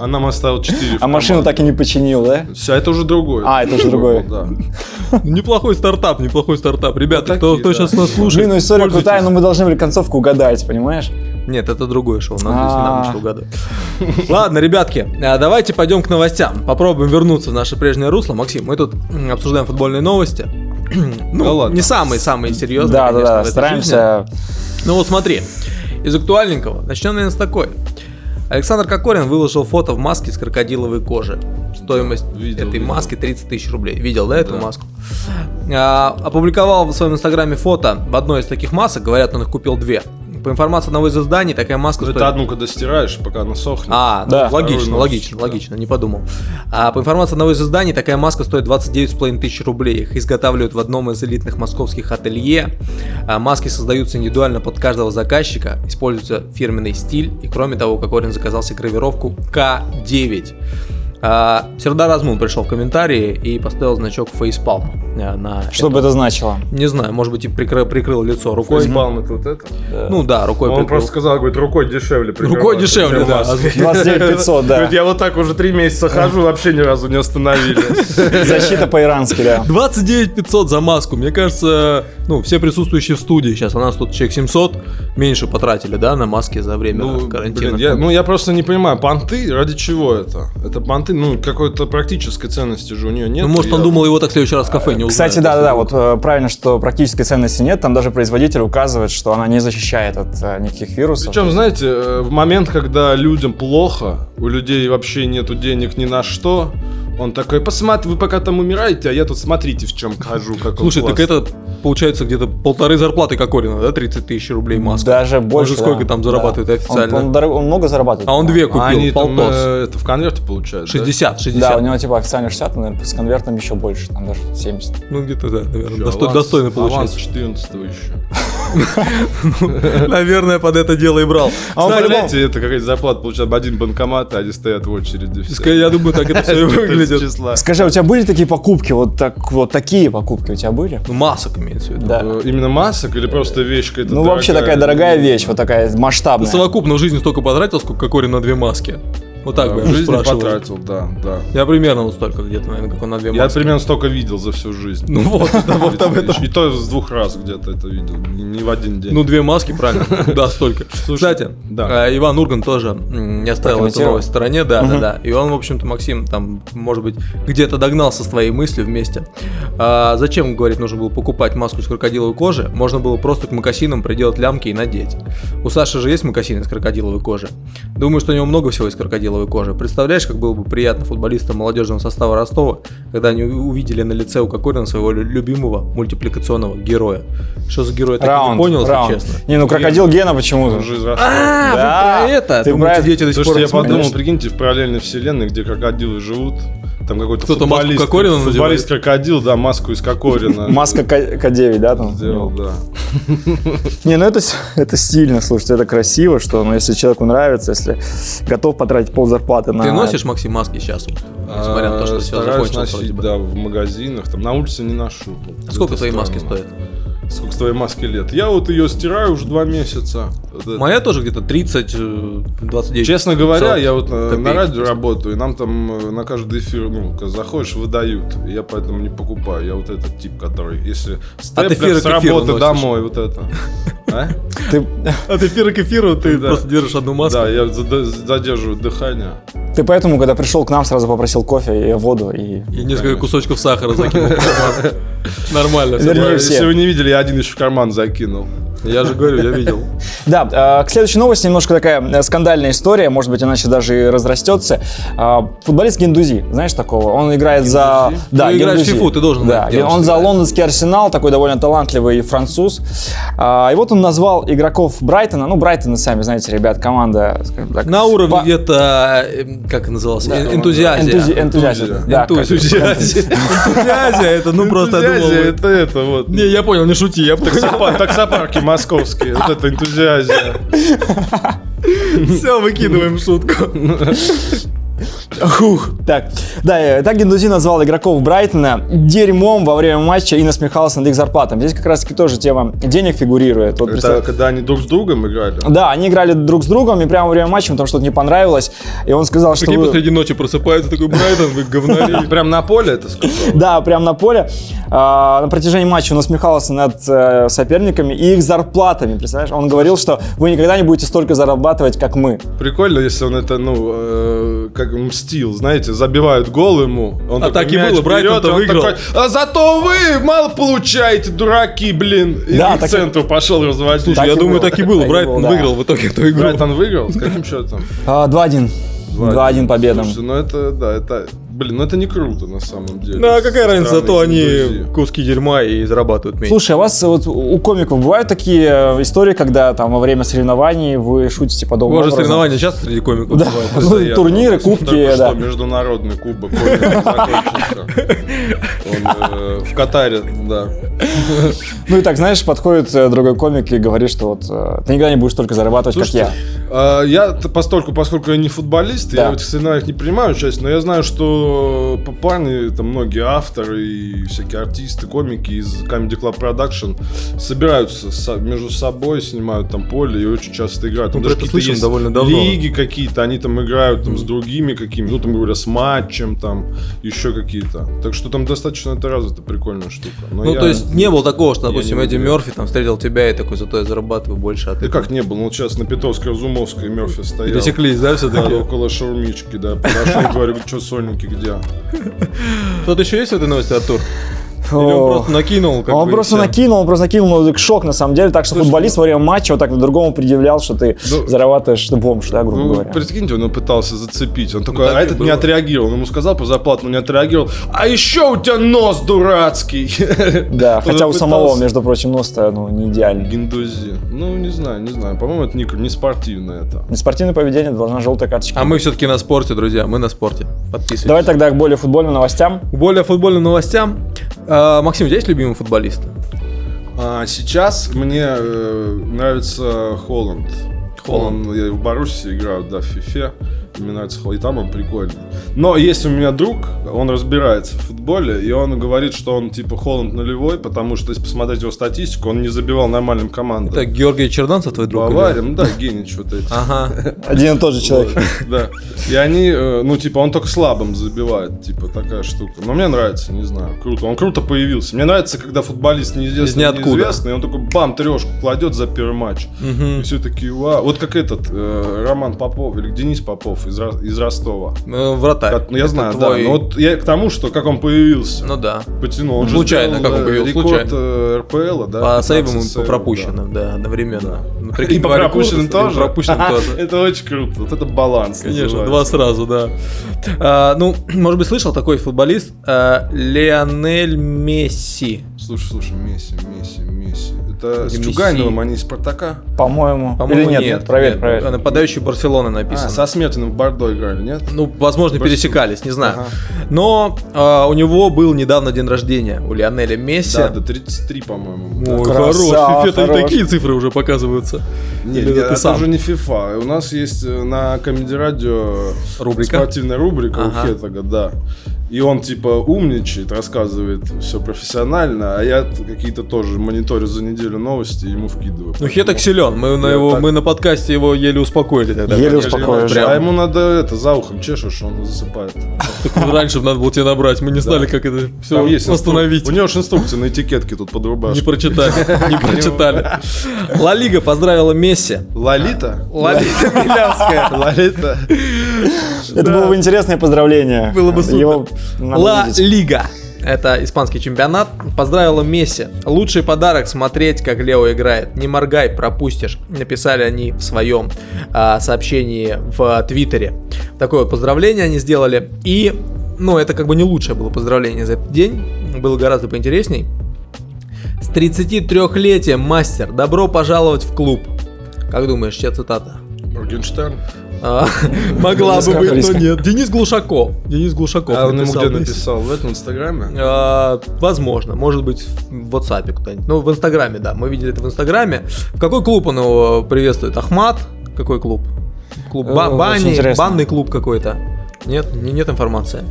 [SPEAKER 4] а нам оставил 4.
[SPEAKER 1] А машину так и не починил, да?
[SPEAKER 4] Все, это уже другой.
[SPEAKER 1] А, это уже другой.
[SPEAKER 4] был, Да.
[SPEAKER 2] Неплохой стартап, неплохой стартап. Ребята, кто,
[SPEAKER 4] такие,
[SPEAKER 2] кто
[SPEAKER 4] да.
[SPEAKER 2] сейчас нас слушает,
[SPEAKER 1] Блин, ну история
[SPEAKER 2] пользуйтесь.
[SPEAKER 1] крутая, но мы должны были концовку угадать, понимаешь?
[SPEAKER 2] Нет, это другое шоу, надо здесь нам
[SPEAKER 1] А.
[SPEAKER 2] что угадывать. (laughs) Ладно, ребятки, а, давайте пойдем к новостям. Попробуем вернуться в наше прежнее русло. Максим, мы тут м, обсуждаем футбольные новости. (clears throat) Ну,
[SPEAKER 4] Да ладно.
[SPEAKER 2] не самые-самые серьезные,
[SPEAKER 1] Да, да,
[SPEAKER 2] конечно, в
[SPEAKER 1] да,
[SPEAKER 2] этой
[SPEAKER 1] стараемся.
[SPEAKER 2] жизни. Ну вот смотри, из актуальненького. Начнем, наверное, с такой. Александр Кокорин выложил фото в маске из крокодиловой кожи. Стоимость
[SPEAKER 4] Видел,
[SPEAKER 2] этой
[SPEAKER 4] видел.
[SPEAKER 2] маски 30 тысяч рублей. Видел, да, эту
[SPEAKER 4] Да.
[SPEAKER 2] маску? А, опубликовал в своем инстаграме фото в одной из таких масок. Говорят, он их купил две. По информации одного из изданий, такая маска
[SPEAKER 4] Ты
[SPEAKER 2] стоит...
[SPEAKER 4] одну, когда стираешь, пока она сохнет.
[SPEAKER 2] А, ну,
[SPEAKER 1] Да.
[SPEAKER 2] логично,
[SPEAKER 4] Вторую
[SPEAKER 2] логично,
[SPEAKER 4] новость, да.
[SPEAKER 2] логично, не подумал. А, по информации одного из изданий, такая маска стоит 29,5 тысяч рублей. Их изготавливают в одном из элитных московских ателье. А, маски создаются индивидуально под каждого заказчика, используется фирменный стиль. И кроме того, Кокорин заказал себе гравировку К9. А, Сердар Азмун пришел в комментарии и поставил значок фейспалма а, на...
[SPEAKER 1] Что бы это значило?
[SPEAKER 2] Не знаю, может быть, и прикры- прикрыл лицо рукой.
[SPEAKER 4] Фейсбалм это вот это?
[SPEAKER 2] Ну да, рукой
[SPEAKER 3] Он
[SPEAKER 2] прикрыл.
[SPEAKER 3] просто сказал, говорит, рукой дешевле. прикрывать,
[SPEAKER 2] Рукой дешевле,
[SPEAKER 3] чем
[SPEAKER 2] да.
[SPEAKER 3] маской».
[SPEAKER 1] 29 500, да.
[SPEAKER 3] Говорит, я вот так уже три месяца хожу, вообще ни разу не остановили.
[SPEAKER 1] Защита по-ирански, да.
[SPEAKER 2] 29 500 за маску. Мне кажется, ну, все присутствующие в студии сейчас, у нас тут человек 700, меньше потратили, да, на маски за время
[SPEAKER 4] Ну,
[SPEAKER 2] карантина.
[SPEAKER 4] блин, я, ну, я просто не понимаю, понты, ради чего это? Это понты, ну, какой-то практической ценности же у нее нет.
[SPEAKER 2] Ну, может, он
[SPEAKER 4] Я-
[SPEAKER 2] думал, его так в следующий раз в кафе (laughs) не узнают.
[SPEAKER 1] Кстати, да, да, да, вот э, правильно, что практической ценности нет, там даже производитель указывает, что она не защищает от э, никаких вирусов.
[SPEAKER 4] Причем, знаете, э, в момент, когда людям плохо, у людей вообще нету денег ни на что, он такой, посмотри, вы пока там умираете, а я тут смотрите, в чем хожу, какой
[SPEAKER 2] Слушай, так
[SPEAKER 4] классный».
[SPEAKER 2] это получается где-то полторы зарплаты Кокорина, да, 30 тысяч рублей маска.
[SPEAKER 1] Даже больше.
[SPEAKER 2] же сколько
[SPEAKER 1] да.
[SPEAKER 2] там зарабатывает
[SPEAKER 1] Да.
[SPEAKER 2] официально?
[SPEAKER 1] Он, он дорого- он много зарабатывает.
[SPEAKER 2] А он две купил,
[SPEAKER 4] А они там,
[SPEAKER 2] полтос.
[SPEAKER 4] э, это в конверте получают, да?
[SPEAKER 2] 60, 60.
[SPEAKER 1] Да, у него типа официально 60, наверное, с конвертом еще больше, там даже 70.
[SPEAKER 2] Ну, где-то, да, наверное,
[SPEAKER 4] Еще
[SPEAKER 2] досто-
[SPEAKER 4] аванс-
[SPEAKER 2] достойно
[SPEAKER 4] Аванс
[SPEAKER 2] получается.
[SPEAKER 4] 14 еще.
[SPEAKER 2] Наверное, под это дело и
[SPEAKER 4] (laughs)
[SPEAKER 2] брал.
[SPEAKER 1] А он по-любому-
[SPEAKER 4] Представляете, это какая-то зарплата получает один банкомат, а они стоят в очереди. все.
[SPEAKER 2] Я думаю, так это
[SPEAKER 4] (laughs)
[SPEAKER 2] все и выглядит.
[SPEAKER 4] Числа.
[SPEAKER 1] Скажи, а у тебя были такие покупки, вот, так, вот такие покупки у тебя были?
[SPEAKER 2] Ну, Масок имеется в виду.
[SPEAKER 1] Да.
[SPEAKER 4] Э, Именно масок или просто вещь какая-то
[SPEAKER 1] ну, вообще такая дорогая вещь, вот такая
[SPEAKER 2] Ты
[SPEAKER 1] масштабная.
[SPEAKER 2] Ну, совокупно в жизни столько потратил, сколько Кокорин на две маски. Вот так бы
[SPEAKER 4] в
[SPEAKER 2] я
[SPEAKER 4] жизни
[SPEAKER 2] спрашивал.
[SPEAKER 4] потратил, да, да.
[SPEAKER 2] Я примерно вот столько где-то, наверное, как он на две
[SPEAKER 4] Я
[SPEAKER 2] маски.
[SPEAKER 4] примерно столько видел за всю жизнь.
[SPEAKER 2] Ну вот, да, вот об этом.
[SPEAKER 4] И то с двух раз где-то это видел, не не в один день.
[SPEAKER 2] Ну, две маски,
[SPEAKER 4] (laughs)
[SPEAKER 2] правильно. Да, столько. Кстати,
[SPEAKER 4] да.
[SPEAKER 2] э, Иван Урган тоже м, не оставил эту
[SPEAKER 1] Прокомментировал.
[SPEAKER 2] новость в стороне, да, да, да. И он, в общем-то, Максим, там, может быть, где-то догнался с твоей мыслью вместе. А, Зачем, говорит, нужно было покупать маску из крокодиловой кожи? Можно было просто к макасинам приделать лямки и надеть. У Саши же есть макасины из крокодиловой кожи. Думаю, что у него много всего из крокодиловой кожи. Представляешь, как было бы приятно футболистам молодежного состава Ростова, когда они у- увидели на лице у Кокорина своего лю- любимого мультипликационного героя. Что за герой? Я так и
[SPEAKER 1] Раунд,
[SPEAKER 2] не понял, если
[SPEAKER 1] раунд.
[SPEAKER 2] честно.
[SPEAKER 1] Не, ну крокодил Гена почему-то.
[SPEAKER 4] Он же из Ростова.
[SPEAKER 2] А,
[SPEAKER 1] Да.
[SPEAKER 2] вы про это?
[SPEAKER 1] Ты
[SPEAKER 2] Думаете,
[SPEAKER 1] про это.
[SPEAKER 2] дети до сих
[SPEAKER 4] Потому
[SPEAKER 2] пор
[SPEAKER 4] что я
[SPEAKER 2] это смотрят?
[SPEAKER 4] подумал, прикиньте, в параллельной вселенной, где крокодилы живут, там какой-то
[SPEAKER 2] Кто-то маску
[SPEAKER 4] футболист,
[SPEAKER 2] Кокорина надевает.
[SPEAKER 4] футболист крокодил, да, маску из
[SPEAKER 1] (laughs)
[SPEAKER 4] Кокорина.
[SPEAKER 1] Маска К- К9, да, там?
[SPEAKER 4] сделал, да.
[SPEAKER 1] Не, ну это, с- (laughs) это стильно, слушайте, это красиво, что, ну, если человеку нравится, если готов потратить пол зарплаты на...
[SPEAKER 2] Ты носишь, Максим, маски сейчас? вот, Несмотря на то, что
[SPEAKER 4] А,
[SPEAKER 2] все
[SPEAKER 4] стараюсь
[SPEAKER 2] закончилось
[SPEAKER 4] носить,
[SPEAKER 2] вроде бы.
[SPEAKER 4] да, в магазинах, там на улице не ношу.
[SPEAKER 2] А Сколько
[SPEAKER 4] Это
[SPEAKER 2] твои
[SPEAKER 4] странно.
[SPEAKER 2] маски стоят?
[SPEAKER 4] Сколько твоей маски лет? Я вот ее стираю уже два месяца. Вот это-
[SPEAKER 2] Моя тоже где-то 30, э, 29.
[SPEAKER 4] Честно говоря, я вот на,
[SPEAKER 2] копейки
[SPEAKER 4] на радио
[SPEAKER 2] просто.
[SPEAKER 4] работаю, и нам там э, на каждый эфир, ну, к- заходишь, выдают. И Я поэтому не покупаю. Я вот этот тип, который, если степлер
[SPEAKER 2] эфира
[SPEAKER 4] с
[SPEAKER 2] к эфиру
[SPEAKER 4] работы
[SPEAKER 2] носишь.
[SPEAKER 4] домой, вот
[SPEAKER 2] (laughs)
[SPEAKER 4] это. А?
[SPEAKER 1] Ты,
[SPEAKER 2] От эфира к эфиру ты
[SPEAKER 4] Да.
[SPEAKER 2] просто держишь одну маску.
[SPEAKER 4] Да, я зада- задерживаю дыхание.
[SPEAKER 1] ты поэтому, когда пришел к нам, сразу попросил кофе и воду, и...
[SPEAKER 2] И несколько кусочков сахара
[SPEAKER 4] (laughs)
[SPEAKER 2] закинул. Нормально. всё.
[SPEAKER 1] Вернее,
[SPEAKER 4] Я-
[SPEAKER 1] все.
[SPEAKER 4] Если вы не видели, я один еще в карман закинул.
[SPEAKER 2] Я же говорю, я
[SPEAKER 4] (laughs)
[SPEAKER 2] видел.
[SPEAKER 1] Да, э, к следующей новости немножко такая э, скандальная история, может быть, иначе даже и разрастется. Э, Футболист Гендузи, знаешь такого? Он играет за... Да,
[SPEAKER 2] Ты Ну, играешь в
[SPEAKER 1] Гендузи.
[SPEAKER 2] фифу, ты должен
[SPEAKER 1] Да,
[SPEAKER 2] знать, где он
[SPEAKER 1] он за
[SPEAKER 2] играет.
[SPEAKER 1] лондонский арсенал, такой довольно талантливый француз. А, И вот он назвал игроков Брайтона, ну, Брайтона, сами знаете, ребят, команда, скажем так...
[SPEAKER 2] На уровне
[SPEAKER 1] по-
[SPEAKER 2] где-то, эм, как назывался,
[SPEAKER 1] Да.
[SPEAKER 2] энтузиазия.
[SPEAKER 1] энтузи- энтузиазия. Да, как-
[SPEAKER 2] Энтузиазия. Энтузиазия, это ну просто я думал.
[SPEAKER 4] Энтузиазия,
[SPEAKER 2] вы-
[SPEAKER 4] это это вот.
[SPEAKER 2] Не, я понял, не шути,
[SPEAKER 1] (laughs)
[SPEAKER 2] я понял.
[SPEAKER 4] Таксопа- Таксопарки московские, вот это энтузиазия.
[SPEAKER 2] Все, выкидываем шутку.
[SPEAKER 1] Хух, (laughs) так. Да, э, так Гендузи назвал игроков Брайтона дерьмом во время матча и насмехался над их зарплатами. Здесь как раз-таки тоже тема денег фигурирует. Вот представь-
[SPEAKER 4] Это когда они друг с другом играли.
[SPEAKER 1] Да, они играли друг с другом, и прямо во время матча ему там что-то не понравилось, и он сказал, что...
[SPEAKER 5] Прикинь,
[SPEAKER 1] вы-
[SPEAKER 5] посреди ночи просыпается такой Брайтон, вы говнари. (laughs)
[SPEAKER 4] Прям на поле это сказал.
[SPEAKER 1] Да, прям на поле. А, на протяжении матча он насмехался над э, соперниками и их зарплатами, представляешь? Он говорил, что вы никогда не будете столько зарабатывать, как мы.
[SPEAKER 4] Прикольно, если он это, ну, э, как мстил, знаете, забивают гол ему. Он
[SPEAKER 5] А
[SPEAKER 4] такой
[SPEAKER 5] так и было,
[SPEAKER 4] мяч берет,
[SPEAKER 5] Брайтон-то
[SPEAKER 4] и он
[SPEAKER 5] выиграл.
[SPEAKER 4] такой, а зато вы мало получаете, дураки, блин. И
[SPEAKER 1] Да,
[SPEAKER 4] к
[SPEAKER 1] так и-
[SPEAKER 4] центру пошел разводить.
[SPEAKER 1] Так
[SPEAKER 5] Я
[SPEAKER 1] и
[SPEAKER 5] думаю,
[SPEAKER 1] было.
[SPEAKER 5] так и было.
[SPEAKER 1] Так и
[SPEAKER 5] Брайтон
[SPEAKER 1] было, да.
[SPEAKER 5] выиграл в итоге эту игру.
[SPEAKER 4] Брайтон выиграл? С
[SPEAKER 5] (laughs)
[SPEAKER 4] каким счетом?
[SPEAKER 1] А, 2-1. 2-1 победам.
[SPEAKER 4] Слушайте, ну это, да, это, блин, ну это не круто на самом деле.
[SPEAKER 2] Ну,
[SPEAKER 5] Да, Ну,
[SPEAKER 2] а
[SPEAKER 4] Со
[SPEAKER 5] а какая разница,
[SPEAKER 4] стороны
[SPEAKER 5] зато они
[SPEAKER 4] Индонезии.
[SPEAKER 5] куски дерьма и зарабатывают меньше.
[SPEAKER 1] Слушай, а у вас э, вот у комиков бывают такие э, истории, когда там во время соревнований вы шутите
[SPEAKER 5] У
[SPEAKER 1] подобным
[SPEAKER 5] вас же
[SPEAKER 1] образом?
[SPEAKER 5] соревнования часто среди комиков
[SPEAKER 1] Да,
[SPEAKER 5] бывают?
[SPEAKER 1] ну, турниры,
[SPEAKER 4] Постоянно.
[SPEAKER 1] кубки,
[SPEAKER 4] Только
[SPEAKER 1] да.
[SPEAKER 4] что международный кубок он закончился. Он, э, в Катаре, да.
[SPEAKER 1] Ну и так, знаешь, подходит э, другой комик и говорит, что вот э, ты никогда не будешь только зарабатывать, как
[SPEAKER 4] Слушайте,
[SPEAKER 1] я.
[SPEAKER 4] а, я т- постольку, поскольку я не футболист,
[SPEAKER 1] Да.
[SPEAKER 4] я в этих сценариях не принимаю участие, но я знаю, что п- парни, там многие авторы и всякие артисты, комики из Comedy Club Production собираются со- между собой, снимают там поле и очень часто играют. Там
[SPEAKER 5] Мы Ну, про это
[SPEAKER 4] какие-то
[SPEAKER 5] слышим
[SPEAKER 4] есть
[SPEAKER 5] довольно давно.
[SPEAKER 4] Лиги какие-то, они там играют там, с другими какими, ну там говоря, с матчем, там еще какие-то. Так что там достаточно это развита прикольная штука. Но
[SPEAKER 2] Ну,
[SPEAKER 4] я-
[SPEAKER 2] то есть не было такого, что,
[SPEAKER 4] я
[SPEAKER 2] допустим,
[SPEAKER 4] не
[SPEAKER 2] Эдди
[SPEAKER 4] люблю.
[SPEAKER 2] Мерфи там встретил тебя и такой, зато я зарабатываю больше, а ты...
[SPEAKER 4] Да как не было, ну сейчас на Петровской, Разумовской Мерфи стоял.
[SPEAKER 5] Пересеклись, да,
[SPEAKER 1] (laughs)
[SPEAKER 4] Да,
[SPEAKER 5] все-таки?
[SPEAKER 4] около
[SPEAKER 5] (laughs)
[SPEAKER 4] шаурмички, да. Подошел, говорю, что сольники где?
[SPEAKER 5] Кто-то еще есть в этой новости, Артур? Или
[SPEAKER 1] О.
[SPEAKER 5] он просто накинул? как
[SPEAKER 1] А он
[SPEAKER 5] бы, и
[SPEAKER 1] просто
[SPEAKER 5] всё? ну
[SPEAKER 1] накинул, он просто накинул, ну, так шок на самом деле, так что футболист во время матча вот так другому предъявлял, что ты
[SPEAKER 4] Ну,
[SPEAKER 1] зарабатываешь, ты бомж, да, грубо
[SPEAKER 4] Ну,
[SPEAKER 1] говоря.
[SPEAKER 4] прикиньте, он его пытался зацепить. Он такой,
[SPEAKER 5] Ну, так
[SPEAKER 4] а
[SPEAKER 5] и
[SPEAKER 4] этот не
[SPEAKER 5] было.
[SPEAKER 4] отреагировал. Он ему сказал по зарплату, но не отреагировал. А еще у тебя нос дурацкий. (laughs)
[SPEAKER 1] Да,
[SPEAKER 5] ну,
[SPEAKER 4] Он
[SPEAKER 1] хотя у
[SPEAKER 4] пытался-
[SPEAKER 1] самого, между прочим, нос-то ну, не идеальный.
[SPEAKER 4] Гендузи. Ну, не знаю, не знаю. По-моему, это не, не спортивное это.
[SPEAKER 1] Неспортивное поведение должна желтая карточка.
[SPEAKER 2] А мы все-таки на спорте, друзья, мы на спорте. Подписывайтесь.
[SPEAKER 1] Давай тогда к более футбольным новостям.
[SPEAKER 2] К более футбольным новостям. А, Максим, у тебя есть любимый футболист?
[SPEAKER 4] А сейчас мне э, нравится Холланд.
[SPEAKER 2] Холланд.
[SPEAKER 4] Он, я в Баруси играю, да, в Фифе. Мне нравится Холланд. И там он прикольный. Но есть у меня друг, он разбирается в футболе, и он говорит, что он типа Холланд нулевой, потому что если посмотреть его статистику, он не забивал нормальным командам.
[SPEAKER 2] Это Георгий Черданцев, твой друг? или-
[SPEAKER 4] Бавария, ну да, Генич вот эти.
[SPEAKER 2] Ага.
[SPEAKER 1] Один и тот же человек.
[SPEAKER 4] Вот, (laughs) Да. И они, э, ну, типа, он только слабым забивает, типа, такая штука. Но мне нравится, не знаю, круто. Он круто появился. Мне нравится, когда футболист
[SPEAKER 2] Из
[SPEAKER 4] неизвестный,
[SPEAKER 2] ниоткуда.
[SPEAKER 4] неизвестный, и он такой, бам, трешку кладет за первый матч.
[SPEAKER 2] Мгм.
[SPEAKER 4] (laughs) И все такие, вау. Вот как этот э, Роман Попов или Денис Попов из, Ро- из Ростова.
[SPEAKER 2] Э, Вратарь.
[SPEAKER 4] Как- ну, я
[SPEAKER 2] Это
[SPEAKER 4] знаю,
[SPEAKER 2] твой-
[SPEAKER 4] да. Но вот я к тому, что как он появился.
[SPEAKER 2] Ну да.
[SPEAKER 4] Потянул. Он же
[SPEAKER 2] Случайно,
[SPEAKER 4] сделал,
[SPEAKER 2] как он
[SPEAKER 4] э,
[SPEAKER 2] появился,
[SPEAKER 4] Рекорд э,
[SPEAKER 2] случайно.
[SPEAKER 4] РПЛа, да?
[SPEAKER 2] По
[SPEAKER 4] 15
[SPEAKER 2] сейвам и по
[SPEAKER 4] сейвов,
[SPEAKER 2] пропущенным, да, одновременно. Ну,
[SPEAKER 4] да. И
[SPEAKER 2] прикинь,
[SPEAKER 4] по
[SPEAKER 2] два рекорда,
[SPEAKER 4] пропущенным
[SPEAKER 2] и по
[SPEAKER 4] тоже?
[SPEAKER 2] пропущенным
[SPEAKER 4] (laughs)
[SPEAKER 2] тоже.
[SPEAKER 4] Это очень круто. Вот это баланс
[SPEAKER 5] Конечно,
[SPEAKER 4] называется.
[SPEAKER 5] два сразу, да.
[SPEAKER 2] А, Ну, может быть, слышал такой футболист а, Леонель Месси.
[SPEAKER 4] Слушай, слушай, Месси, Месси, Месси. Это с
[SPEAKER 2] Месси.
[SPEAKER 4] Чугайновым, они из Спартака?
[SPEAKER 1] По-моему. Или
[SPEAKER 2] По-моему,
[SPEAKER 1] нет, нет, проверь,
[SPEAKER 2] нет.
[SPEAKER 1] проверь.
[SPEAKER 2] Нападающий Барселоны
[SPEAKER 4] А,
[SPEAKER 2] написано.
[SPEAKER 4] со Сметиным в Бордо играли, нет?
[SPEAKER 2] Ну, возможно,
[SPEAKER 4] Барселона.
[SPEAKER 2] пересекались, не знаю.
[SPEAKER 4] Ага.
[SPEAKER 2] Но а, у него был недавно день рождения, у Лионеля Месси.
[SPEAKER 4] Да, да, 33, по-моему.
[SPEAKER 5] Ой,
[SPEAKER 4] Да.
[SPEAKER 5] хорош,
[SPEAKER 1] красава,
[SPEAKER 5] Фифе, там
[SPEAKER 1] хорош.
[SPEAKER 5] такие цифры уже показываются.
[SPEAKER 4] Не,
[SPEAKER 5] Или
[SPEAKER 4] не,
[SPEAKER 5] это
[SPEAKER 4] это
[SPEAKER 5] сам?
[SPEAKER 4] уже не FIFA. У нас есть э, на Comedy Radio
[SPEAKER 2] Рубрика?
[SPEAKER 4] спортивная рубрика
[SPEAKER 2] Ага.
[SPEAKER 4] у Хеттага, да. И он типа умничает, рассказывает все профессионально, а я т- какие-то тоже мониторю за неделю новости и ему вкидываю.
[SPEAKER 5] Ну, Хеток силен. Мы на
[SPEAKER 4] Я
[SPEAKER 5] его,
[SPEAKER 4] так-
[SPEAKER 5] мы на подкасте его еле успокоили тогда.
[SPEAKER 1] Еле
[SPEAKER 5] конечно.
[SPEAKER 1] успокоишь.
[SPEAKER 4] А ему надо это, за ухом чешешь, он засыпает.
[SPEAKER 5] Так раньше надо было тебе набрать. Мы не знали, как это все
[SPEAKER 4] Там есть инстру-
[SPEAKER 5] остановить.
[SPEAKER 4] У него же инструкция на этикетке тут под
[SPEAKER 5] Не
[SPEAKER 4] рубашкой.
[SPEAKER 5] прочитали,
[SPEAKER 4] (laughs)
[SPEAKER 5] не прочитали.
[SPEAKER 2] Ла Лига поздравила Месси.
[SPEAKER 4] Лолита?
[SPEAKER 2] Лолита
[SPEAKER 4] Белявская. Лолита.
[SPEAKER 1] Это было бы интересное поздравление.
[SPEAKER 2] Было бы супер.
[SPEAKER 1] Его надо
[SPEAKER 2] Ла
[SPEAKER 1] видеть.
[SPEAKER 2] Лига. Это испанский чемпионат. Поздравила Месси. Лучший подарок смотреть, как Лео играет. Не моргай, пропустишь. Написали они в своем а, сообщении в Твиттере. Такое вот поздравление они сделали. И, ну, это как бы не лучшее было поздравление за этот день. Было гораздо поинтересней. С 33-летием мастер. Добро пожаловать в клуб. Как думаешь, чья цитата?
[SPEAKER 4] Моргенштерн.
[SPEAKER 2] А, (laughs) Могла бы
[SPEAKER 1] Близко,
[SPEAKER 2] быть, но
[SPEAKER 1] близко.
[SPEAKER 2] нет. Денис Глушаков. Денис Глушаков.
[SPEAKER 4] А он ему где
[SPEAKER 2] Месси.
[SPEAKER 4] написал? В этом инстаграме?
[SPEAKER 2] А, возможно, может быть в WhatsApp куда-нибудь. Ну, в Инстаграме, да. Мы видели это в Инстаграме. В какой клуб он его приветствует? Ахмат? Какой клуб? Клуб
[SPEAKER 1] Э,
[SPEAKER 2] ба-
[SPEAKER 1] очень
[SPEAKER 2] бани,
[SPEAKER 1] интересно.
[SPEAKER 2] банный клуб какой-то. Нет, не- нет информации.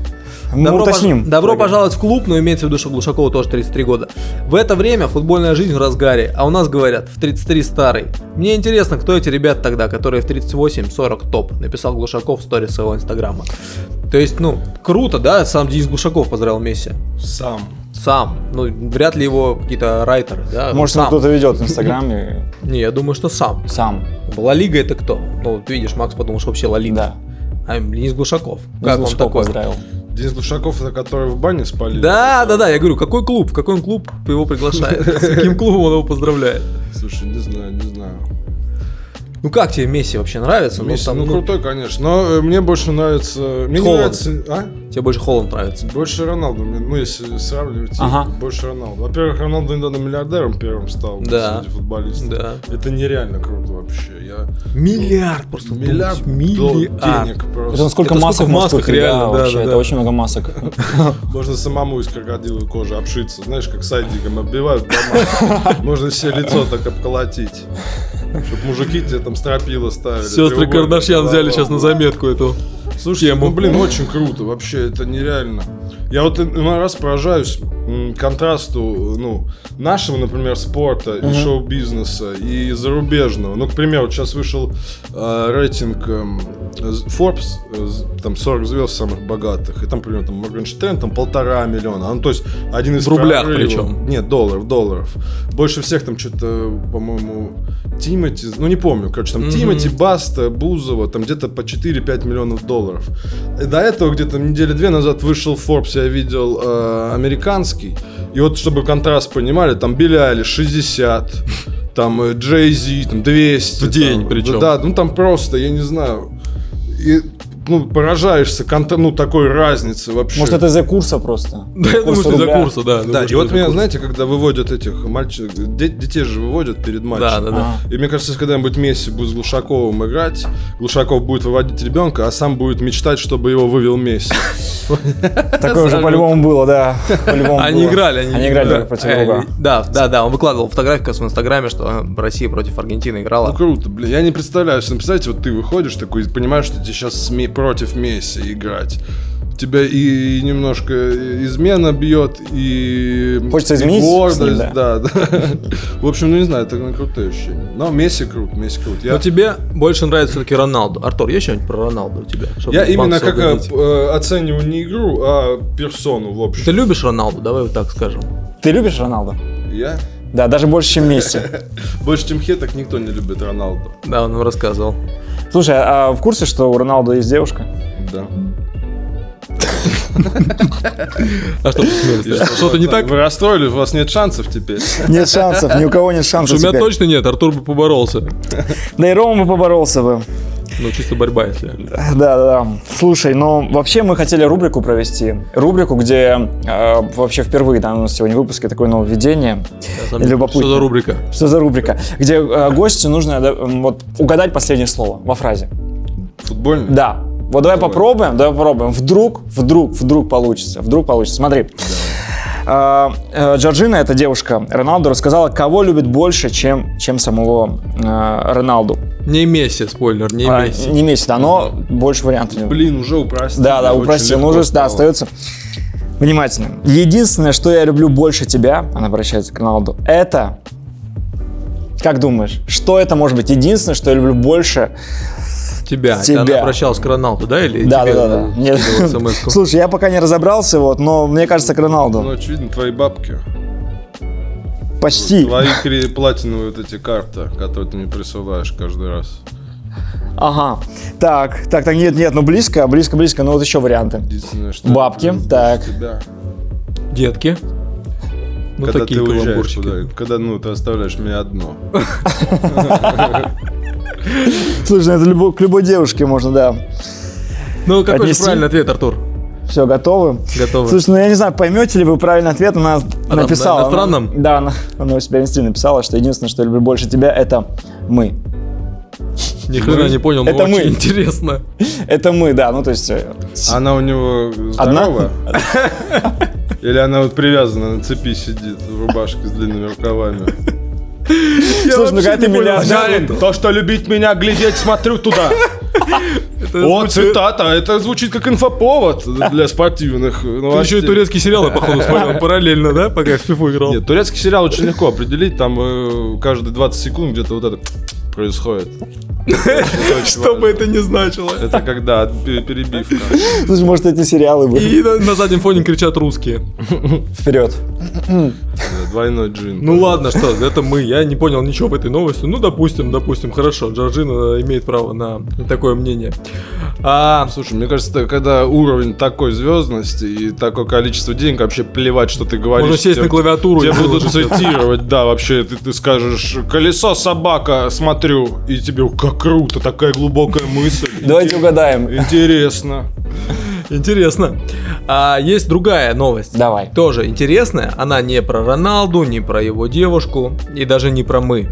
[SPEAKER 1] Ну,
[SPEAKER 2] пож-
[SPEAKER 1] уточним.
[SPEAKER 2] добро пожаловать в клуб, но имеется в виду, что Глушакову тоже 33 года. В это время футбольная жизнь в разгаре, а у нас говорят, в 33 старый. Мне интересно, кто эти ребята тогда, которые в 38-40 топ, написал Глушаков в сторис своего инстаграма. То есть, ну, круто, да, сам Денис Глушаков поздравил Месси.
[SPEAKER 4] Сам.
[SPEAKER 2] Сам. Ну, вряд ли его какие-то райтеры, да. ну,
[SPEAKER 1] Может,
[SPEAKER 2] сам.
[SPEAKER 1] он кто-то ведет Инстаграм и
[SPEAKER 2] Не, я думаю, что сам.
[SPEAKER 1] сам.
[SPEAKER 2] Ла Лига это кто? Ну, вот видишь, Макс подумал, что вообще Ла Лига.
[SPEAKER 1] Да.
[SPEAKER 2] А Денис Глушаков.
[SPEAKER 1] Из
[SPEAKER 2] Как
[SPEAKER 1] Лужков
[SPEAKER 2] он такой?
[SPEAKER 1] поздравил.
[SPEAKER 4] Денис Глушаков, это который в бане спалили.
[SPEAKER 2] Да, да, да, я говорю, какой клуб, в какой он клуб его
[SPEAKER 4] (laughs)
[SPEAKER 2] приглашает, с каким клубом он его поздравляет.
[SPEAKER 4] Слушай, не знаю, не знаю.
[SPEAKER 2] Ну как тебе Месси вообще нравится? Ну,
[SPEAKER 4] Месси,
[SPEAKER 2] там,
[SPEAKER 4] ну,
[SPEAKER 2] ну,
[SPEAKER 4] крутой, конечно. Но э, мне больше нравится... Мне не
[SPEAKER 2] Холланд.
[SPEAKER 4] нравится... А?
[SPEAKER 2] Тебе больше Холланд нравится.
[SPEAKER 4] Больше Роналду, мне, ну если сравнивать,
[SPEAKER 1] Ага.
[SPEAKER 4] больше Роналду. Во-первых, Роналду недавно миллиардером первым стал
[SPEAKER 2] Да.
[SPEAKER 4] среди футболистов.
[SPEAKER 2] Да.
[SPEAKER 4] Это нереально круто вообще. Я
[SPEAKER 2] Миллиард просто.
[SPEAKER 4] миллиард
[SPEAKER 2] думаешь,
[SPEAKER 4] дол-
[SPEAKER 2] миллиард.
[SPEAKER 4] денег
[SPEAKER 1] Это он
[SPEAKER 4] просто.
[SPEAKER 1] сколько
[SPEAKER 2] Это сколько
[SPEAKER 1] масок
[SPEAKER 2] в
[SPEAKER 1] может
[SPEAKER 2] масках,
[SPEAKER 1] выиграть,
[SPEAKER 2] реально, да,
[SPEAKER 1] вообще,
[SPEAKER 2] да,
[SPEAKER 1] это
[SPEAKER 2] да.
[SPEAKER 1] очень много
[SPEAKER 2] (laughs)
[SPEAKER 1] масок.
[SPEAKER 4] Можно самому из крокодиловой кожи обшиться. Знаешь, как сайдиком оббивают дома. Можно все лицо так обколотить. Чтоб мужики тебе там стропила ставили.
[SPEAKER 5] Сестры
[SPEAKER 4] треугольник,
[SPEAKER 5] Кардашьян взяли
[SPEAKER 4] бла-бла.
[SPEAKER 5] сейчас на заметку эту.
[SPEAKER 4] Слушайте,
[SPEAKER 5] тему.
[SPEAKER 4] ну блин, очень круто вообще, это нереально. Я вот иной раз поражаюсь м, контрасту, ну, нашего, например, спорта и шоу-бизнеса, и зарубежного. Ну, к примеру, сейчас вышел э, рейтинг эм, з- Forbes, э, з- там 40 звезд самых богатых, и там, примерно, там Моргенштерн, там полтора миллиона. А, Ну, то есть, один из
[SPEAKER 2] В рублях
[SPEAKER 4] прорывов.
[SPEAKER 2] причем.
[SPEAKER 4] Нет, долларов, долларов. Больше всех там что-то, по-моему, Тимати, ну, не помню, короче, там
[SPEAKER 2] Мгм.
[SPEAKER 4] Тимати, Баста, Бузова, там где-то по 4-5 миллионов долларов. И До этого где-то недели две назад вышел Forbes, я видел э, американский. И вот, чтобы контраст понимали, там Билли Айлиш 60, там э, Джей Зи, там 200.
[SPEAKER 5] В день
[SPEAKER 4] там.
[SPEAKER 5] причем.
[SPEAKER 4] Да, ну там просто, я не знаю. И, ну, поражаешься, контра- ну, такой разницы вообще.
[SPEAKER 1] Может, это из-за курса просто?
[SPEAKER 2] (laughs)
[SPEAKER 5] Да, я думаю,
[SPEAKER 1] Курса
[SPEAKER 5] что из-за
[SPEAKER 1] рубля.
[SPEAKER 5] курса, да.
[SPEAKER 4] Да,
[SPEAKER 5] думаю,
[SPEAKER 4] и
[SPEAKER 5] что
[SPEAKER 4] вот
[SPEAKER 5] из-за
[SPEAKER 4] меня,
[SPEAKER 5] курса.
[SPEAKER 4] знаете, когда выводят этих мальчиков, де- детей же выводят перед матчем.
[SPEAKER 2] Да, да, да.
[SPEAKER 1] Ага.
[SPEAKER 4] И мне кажется, если когда-нибудь Месси будет с Глушаковым играть, Глушаков будет выводить ребенка, а сам будет мечтать, чтобы его вывел Месси.
[SPEAKER 1] А,
[SPEAKER 2] (laughs)
[SPEAKER 1] Такое уже по-любому было, да. По-любому
[SPEAKER 2] Они
[SPEAKER 1] было.
[SPEAKER 2] играли, они,
[SPEAKER 1] Они играли друг
[SPEAKER 2] Э,
[SPEAKER 1] против друга.
[SPEAKER 2] Да, да, да, он выкладывал фотографию как раз в инстаграме, что э, Россия против Аргентины
[SPEAKER 4] Ну
[SPEAKER 2] играла.
[SPEAKER 4] круто, блин, я не представляю. если, Представляете, вот ты выходишь такой, и понимаешь, что тебе сейчас против Месси играть. Тебя и немножко измена бьет, и...
[SPEAKER 1] Хочется
[SPEAKER 4] и
[SPEAKER 1] изменить с ним,
[SPEAKER 4] гордость,
[SPEAKER 1] да.
[SPEAKER 4] да. да. (laughs) В общем, ну не знаю, это ну, крутое ощущение. Но Месси крут, Месси крут.
[SPEAKER 1] Ну,
[SPEAKER 4] Я-
[SPEAKER 2] Но Ну, тебе больше нравится все-таки Роналду. Артур, есть что-нибудь про Роналду у тебя? Чтобы
[SPEAKER 4] Я
[SPEAKER 2] Максу
[SPEAKER 4] именно как э,
[SPEAKER 2] обгонить.
[SPEAKER 4] э, оцениваю не игру, а персону, в
[SPEAKER 2] Ты
[SPEAKER 4] общем.
[SPEAKER 2] любишь Роналду, давай вот так скажем.
[SPEAKER 1] Ты любишь Роналду?
[SPEAKER 4] Я?
[SPEAKER 1] Да, даже больше, чем
[SPEAKER 2] (laughs)
[SPEAKER 1] Месси.
[SPEAKER 4] Больше, чем хеток, никто не любит Роналду.
[SPEAKER 2] Да, он нам рассказывал.
[SPEAKER 1] Слушай, а в курсе, что у Роналду есть девушка?
[SPEAKER 4] Да.
[SPEAKER 2] А что ты смеешься? Что-то не так?
[SPEAKER 4] Вы расстроились, у вас нет шансов теперь.
[SPEAKER 1] Нет шансов, ни у кого нет
[SPEAKER 2] Что
[SPEAKER 1] шансов
[SPEAKER 2] у меня
[SPEAKER 1] теперь.
[SPEAKER 2] точно нет, Артур бы поборолся.
[SPEAKER 1] Да и Рома бы поборолся бы.
[SPEAKER 2] Ну, чисто борьба, если.
[SPEAKER 1] Да, да, да. Слушай, но вообще мы хотели рубрику провести. Рубрику, где э, вообще впервые, да, у нас сегодня в выпуске такое нововведение. Любопытно.
[SPEAKER 2] Что за рубрика?
[SPEAKER 1] Что за рубрика? Где э, гостю нужно да, м, вот, угадать последнее слово во фразе.
[SPEAKER 4] Футбольный?
[SPEAKER 1] Да. Вот давай
[SPEAKER 4] Давай.
[SPEAKER 1] попробуем, давай попробуем. Вдруг, вдруг, вдруг получится. Вдруг получится. Смотри. А, э, Джорджина, эта девушка Роналду, рассказала, кого любит больше, чем, чем самого э, Роналду.
[SPEAKER 2] Не Месси, спойлер, не
[SPEAKER 1] А,
[SPEAKER 2] Месси.
[SPEAKER 1] не Месси, да, но больше вариантов. нет.
[SPEAKER 4] Блин, уже упростил.
[SPEAKER 1] Да, да,
[SPEAKER 4] очень
[SPEAKER 1] упростил.
[SPEAKER 4] легко
[SPEAKER 1] Ну, уже да,
[SPEAKER 4] стало.
[SPEAKER 1] остается внимательным. Единственное, что я люблю больше тебя, она обращается к Роналду, это... Как думаешь, что это может быть единственное, что я люблю больше?
[SPEAKER 2] Тебя.
[SPEAKER 1] Тебя.
[SPEAKER 2] Она обращалась к Роналду, да? Или
[SPEAKER 1] Да, да,
[SPEAKER 2] тебе
[SPEAKER 1] да.
[SPEAKER 2] она
[SPEAKER 1] да. Нет.
[SPEAKER 2] скидывала
[SPEAKER 1] (laughs)
[SPEAKER 2] смс-ку?
[SPEAKER 1] Слушай, я пока не разобрался, вот, но мне кажется, к
[SPEAKER 4] Ну,
[SPEAKER 1] Роналду.
[SPEAKER 4] очевидно, твои бабки.
[SPEAKER 2] Ну,
[SPEAKER 1] Почти.
[SPEAKER 4] Твои кри- платиновые вот эти карты, которые ты мне присылаешь каждый раз.
[SPEAKER 1] Ага. Так, так, так, нет, нет, ну близко, близко, близко, ну вот еще варианты.
[SPEAKER 4] Единственное, что...
[SPEAKER 1] Бабки,
[SPEAKER 4] я люблю
[SPEAKER 1] так.
[SPEAKER 4] тебя.
[SPEAKER 2] Детки. Ну,
[SPEAKER 4] когда
[SPEAKER 2] такие
[SPEAKER 4] ты уезжаешь
[SPEAKER 2] каламбурщики.
[SPEAKER 4] туда, когда, ну, ты оставляешь меня одно.
[SPEAKER 1] Слушай, ну это любо- к любой девушке можно, да.
[SPEAKER 2] Ну, какой
[SPEAKER 1] Отнести?
[SPEAKER 2] же правильный ответ, Артур?
[SPEAKER 1] Все, готовы?
[SPEAKER 2] Готовы.
[SPEAKER 1] Слушай, ну я не знаю, поймете ли вы правильный ответ, она
[SPEAKER 2] на
[SPEAKER 1] написала. она-
[SPEAKER 2] иностранном?
[SPEAKER 1] да, она, она у себя в инсте написала, что единственное, что я люблю больше тебя, это мы.
[SPEAKER 2] Ни хрена не понял, но
[SPEAKER 1] Это мы.
[SPEAKER 2] очень интересно.
[SPEAKER 1] Это мы, да, ну то есть... э,
[SPEAKER 2] А.
[SPEAKER 1] (laughs) с-
[SPEAKER 4] Она у него
[SPEAKER 1] Одна?
[SPEAKER 4] здорова? Или она вот привязана на цепи сидит в рубашке с длинными рукавами?
[SPEAKER 1] Слушай, ну когда ты
[SPEAKER 2] понял,
[SPEAKER 1] миллиардер,
[SPEAKER 2] жарит.
[SPEAKER 4] То, что любить меня, глядеть, смотрю туда. О, цитата, это звучит как инфоповод для спортивных
[SPEAKER 2] Ты еще
[SPEAKER 4] новостей.
[SPEAKER 2] и турецкие сериалы, (laughs) походу, смотрел параллельно, да, пока в фифу играл?
[SPEAKER 4] Нет, турецкий сериал очень легко определить, там э, каждые 20 секунд где-то вот это
[SPEAKER 2] (laughs)
[SPEAKER 4] происходит.
[SPEAKER 2] Что бы это ни значило.
[SPEAKER 4] Это когда от- пе- перебивка.
[SPEAKER 1] Слушай, может, эти сериалы были.
[SPEAKER 2] И на, на заднем фоне кричат русские.
[SPEAKER 1] Вперед.
[SPEAKER 4] Да, Двойной джин.
[SPEAKER 2] Ну ладно, что, это мы. Я не понял ничего в этой новости. Ну, допустим, допустим, хорошо. Джорджина имеет право на такое мнение. А,
[SPEAKER 4] Слушай, мне кажется, так, когда уровень такой звездности и такое количество денег, вообще плевать, что ты говоришь.
[SPEAKER 2] можно сесть
[SPEAKER 4] Тебе-
[SPEAKER 2] на клавиатуру.
[SPEAKER 4] Тебе
[SPEAKER 2] и
[SPEAKER 4] будут
[SPEAKER 2] выложить это.
[SPEAKER 4] цитировать, да, вообще, ты, ты скажешь, колесо собака, смотрю, и тебе, «О, как круто, такая глубокая мысль.
[SPEAKER 1] Давайте
[SPEAKER 4] Инте-
[SPEAKER 1] угадаем.
[SPEAKER 4] Интересно.
[SPEAKER 2] Интересно. А, есть другая новость.
[SPEAKER 1] Давай.
[SPEAKER 2] Тоже интересная. Она не про Роналду, не про его девушку и даже не про мы.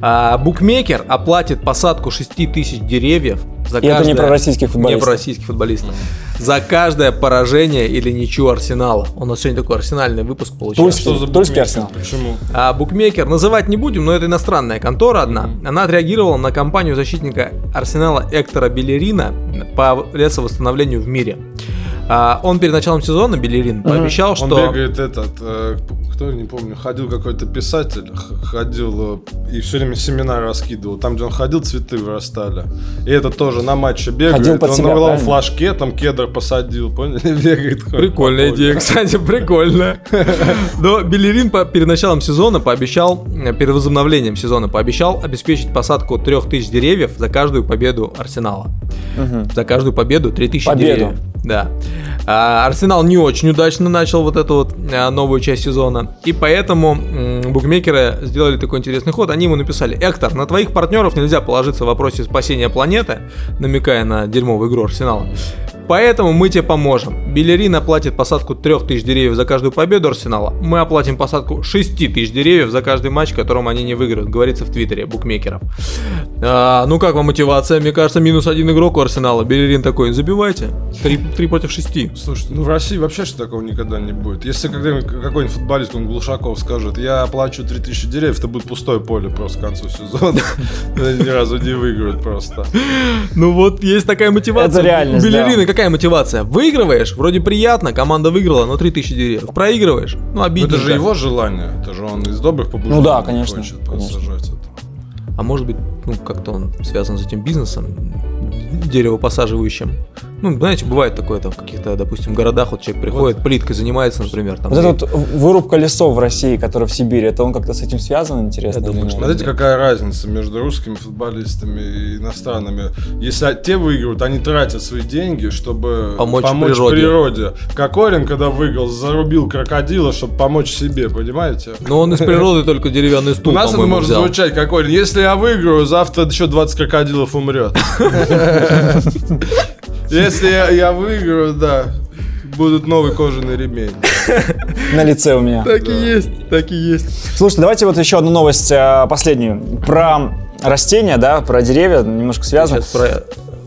[SPEAKER 2] А, букмекер оплатит посадку 6000 деревьев за
[SPEAKER 1] И это не
[SPEAKER 2] каждое-
[SPEAKER 1] про российских
[SPEAKER 2] Не про
[SPEAKER 1] футболистов.
[SPEAKER 2] российских футболистов. За каждое поражение или ничью Арсенала. У нас сегодня такой арсенальный выпуск получился.
[SPEAKER 1] Тульский, Тульский арсенал.
[SPEAKER 4] Почему?
[SPEAKER 2] А букмекер, называть не будем, но это иностранная контора одна. Она отреагировала на кампанию защитника Арсенала Эктора Белерина по лесовосстановлению в мире. А, он перед началом сезона, Белерин, пообещал,
[SPEAKER 4] Он
[SPEAKER 2] Ну что...
[SPEAKER 4] бегает этот, э, кто, не помню, ходил какой-то писатель, х- ходил э, и все время семена раскидывал. Там, где он ходил, цветы вырастали. И это тоже на матче бегает.
[SPEAKER 1] Ходил под
[SPEAKER 4] он
[SPEAKER 1] себя,
[SPEAKER 4] на угловом
[SPEAKER 1] правильно?
[SPEAKER 4] флажке, там кедр посадил, (laughs) поняли? Бегает. ходит
[SPEAKER 2] Прикольная
[SPEAKER 4] по полю.
[SPEAKER 2] идея, кстати, прикольная. Но Белерин по- перед началом сезона пообещал, э, перед возобновлением сезона пообещал обеспечить посадку 3000 деревьев за каждую победу Арсенала.
[SPEAKER 1] Мгм.
[SPEAKER 2] За каждую победу 3000
[SPEAKER 1] Победу.
[SPEAKER 2] деревьев. Да. А, Арсенал не очень удачно начал вот эту вот а, новую часть сезона. И поэтому м, букмекеры сделали такой интересный ход. Они ему написали, Эктор, на твоих партнеров нельзя положиться в вопросе спасения планеты, намекая на дерьмовую игру Арсенала. Поэтому мы тебе поможем. Белерин оплатит посадку 3000 деревьев за каждую победу Арсенала. Мы оплатим посадку 6000 деревьев за каждый матч, в котором они не выиграют, говорится в твиттере букмекеров. А, ну как вам мотивация? Мне кажется, минус один игрок у Арсенала. Белерин такой, забивайте. Три, три против шести.
[SPEAKER 4] Слушай, ну в России вообще что такого никогда не будет. Если когда-нибудь какой-нибудь футболист, он Глушаков, скажет, я оплачу 3000 деревьев, это будет пустое поле просто к
[SPEAKER 2] (laughs)
[SPEAKER 4] концу сезона. Ни разу не выиграют просто.
[SPEAKER 2] Ну вот, есть такая мотивация.
[SPEAKER 1] Это реальность,
[SPEAKER 2] У
[SPEAKER 1] да.
[SPEAKER 2] Белерины какая мотивация? Выигрываешь, вроде приятно, команда выиграла, но 3000 деревьев. Проигрываешь, ну
[SPEAKER 4] Ну,
[SPEAKER 2] обидно.
[SPEAKER 4] Это же его желание, это же он из добрых побуждений
[SPEAKER 1] Ну да, конечно,
[SPEAKER 4] хочет
[SPEAKER 1] конечно.
[SPEAKER 4] сажать это.
[SPEAKER 2] А может быть, ну как-то он связан с этим бизнесом, дерево посаживающим. Ну, знаете, бывает такое, там в каких-то, допустим, городах вот человек приходит, плиткой занимается, например. Там,
[SPEAKER 1] Вот
[SPEAKER 2] и-
[SPEAKER 1] эта вот вырубка лесов в России, которая в Сибири, это он как-то с этим связан, интересно?
[SPEAKER 2] Я
[SPEAKER 1] или
[SPEAKER 2] думаю,
[SPEAKER 1] нет?
[SPEAKER 2] что-
[SPEAKER 4] Смотрите, какая разница между русскими футболистами и иностранными. Если от- те выигрывают, они тратят свои деньги, чтобы
[SPEAKER 2] Помочь природе.
[SPEAKER 4] природе. Кокорин, когда выиграл, зарубил крокодила, чтобы помочь себе, понимаете?
[SPEAKER 2] Но он из природы только деревянный стул,
[SPEAKER 4] У нас это
[SPEAKER 2] по-моему,
[SPEAKER 4] может
[SPEAKER 2] взял.
[SPEAKER 4] звучать, Кокорин. Если я выиграю, завтра еще 20
[SPEAKER 2] (laughs)
[SPEAKER 4] крокодилов умрет. Если я, я выиграю, да, будут новый кожаный ремень.
[SPEAKER 1] На лице у меня.
[SPEAKER 2] Так и есть, так и есть.
[SPEAKER 1] Слушайте, давайте вот еще одну новость, э, последнюю. Про растения, да, про деревья, немножко связано.
[SPEAKER 2] Сейчас про-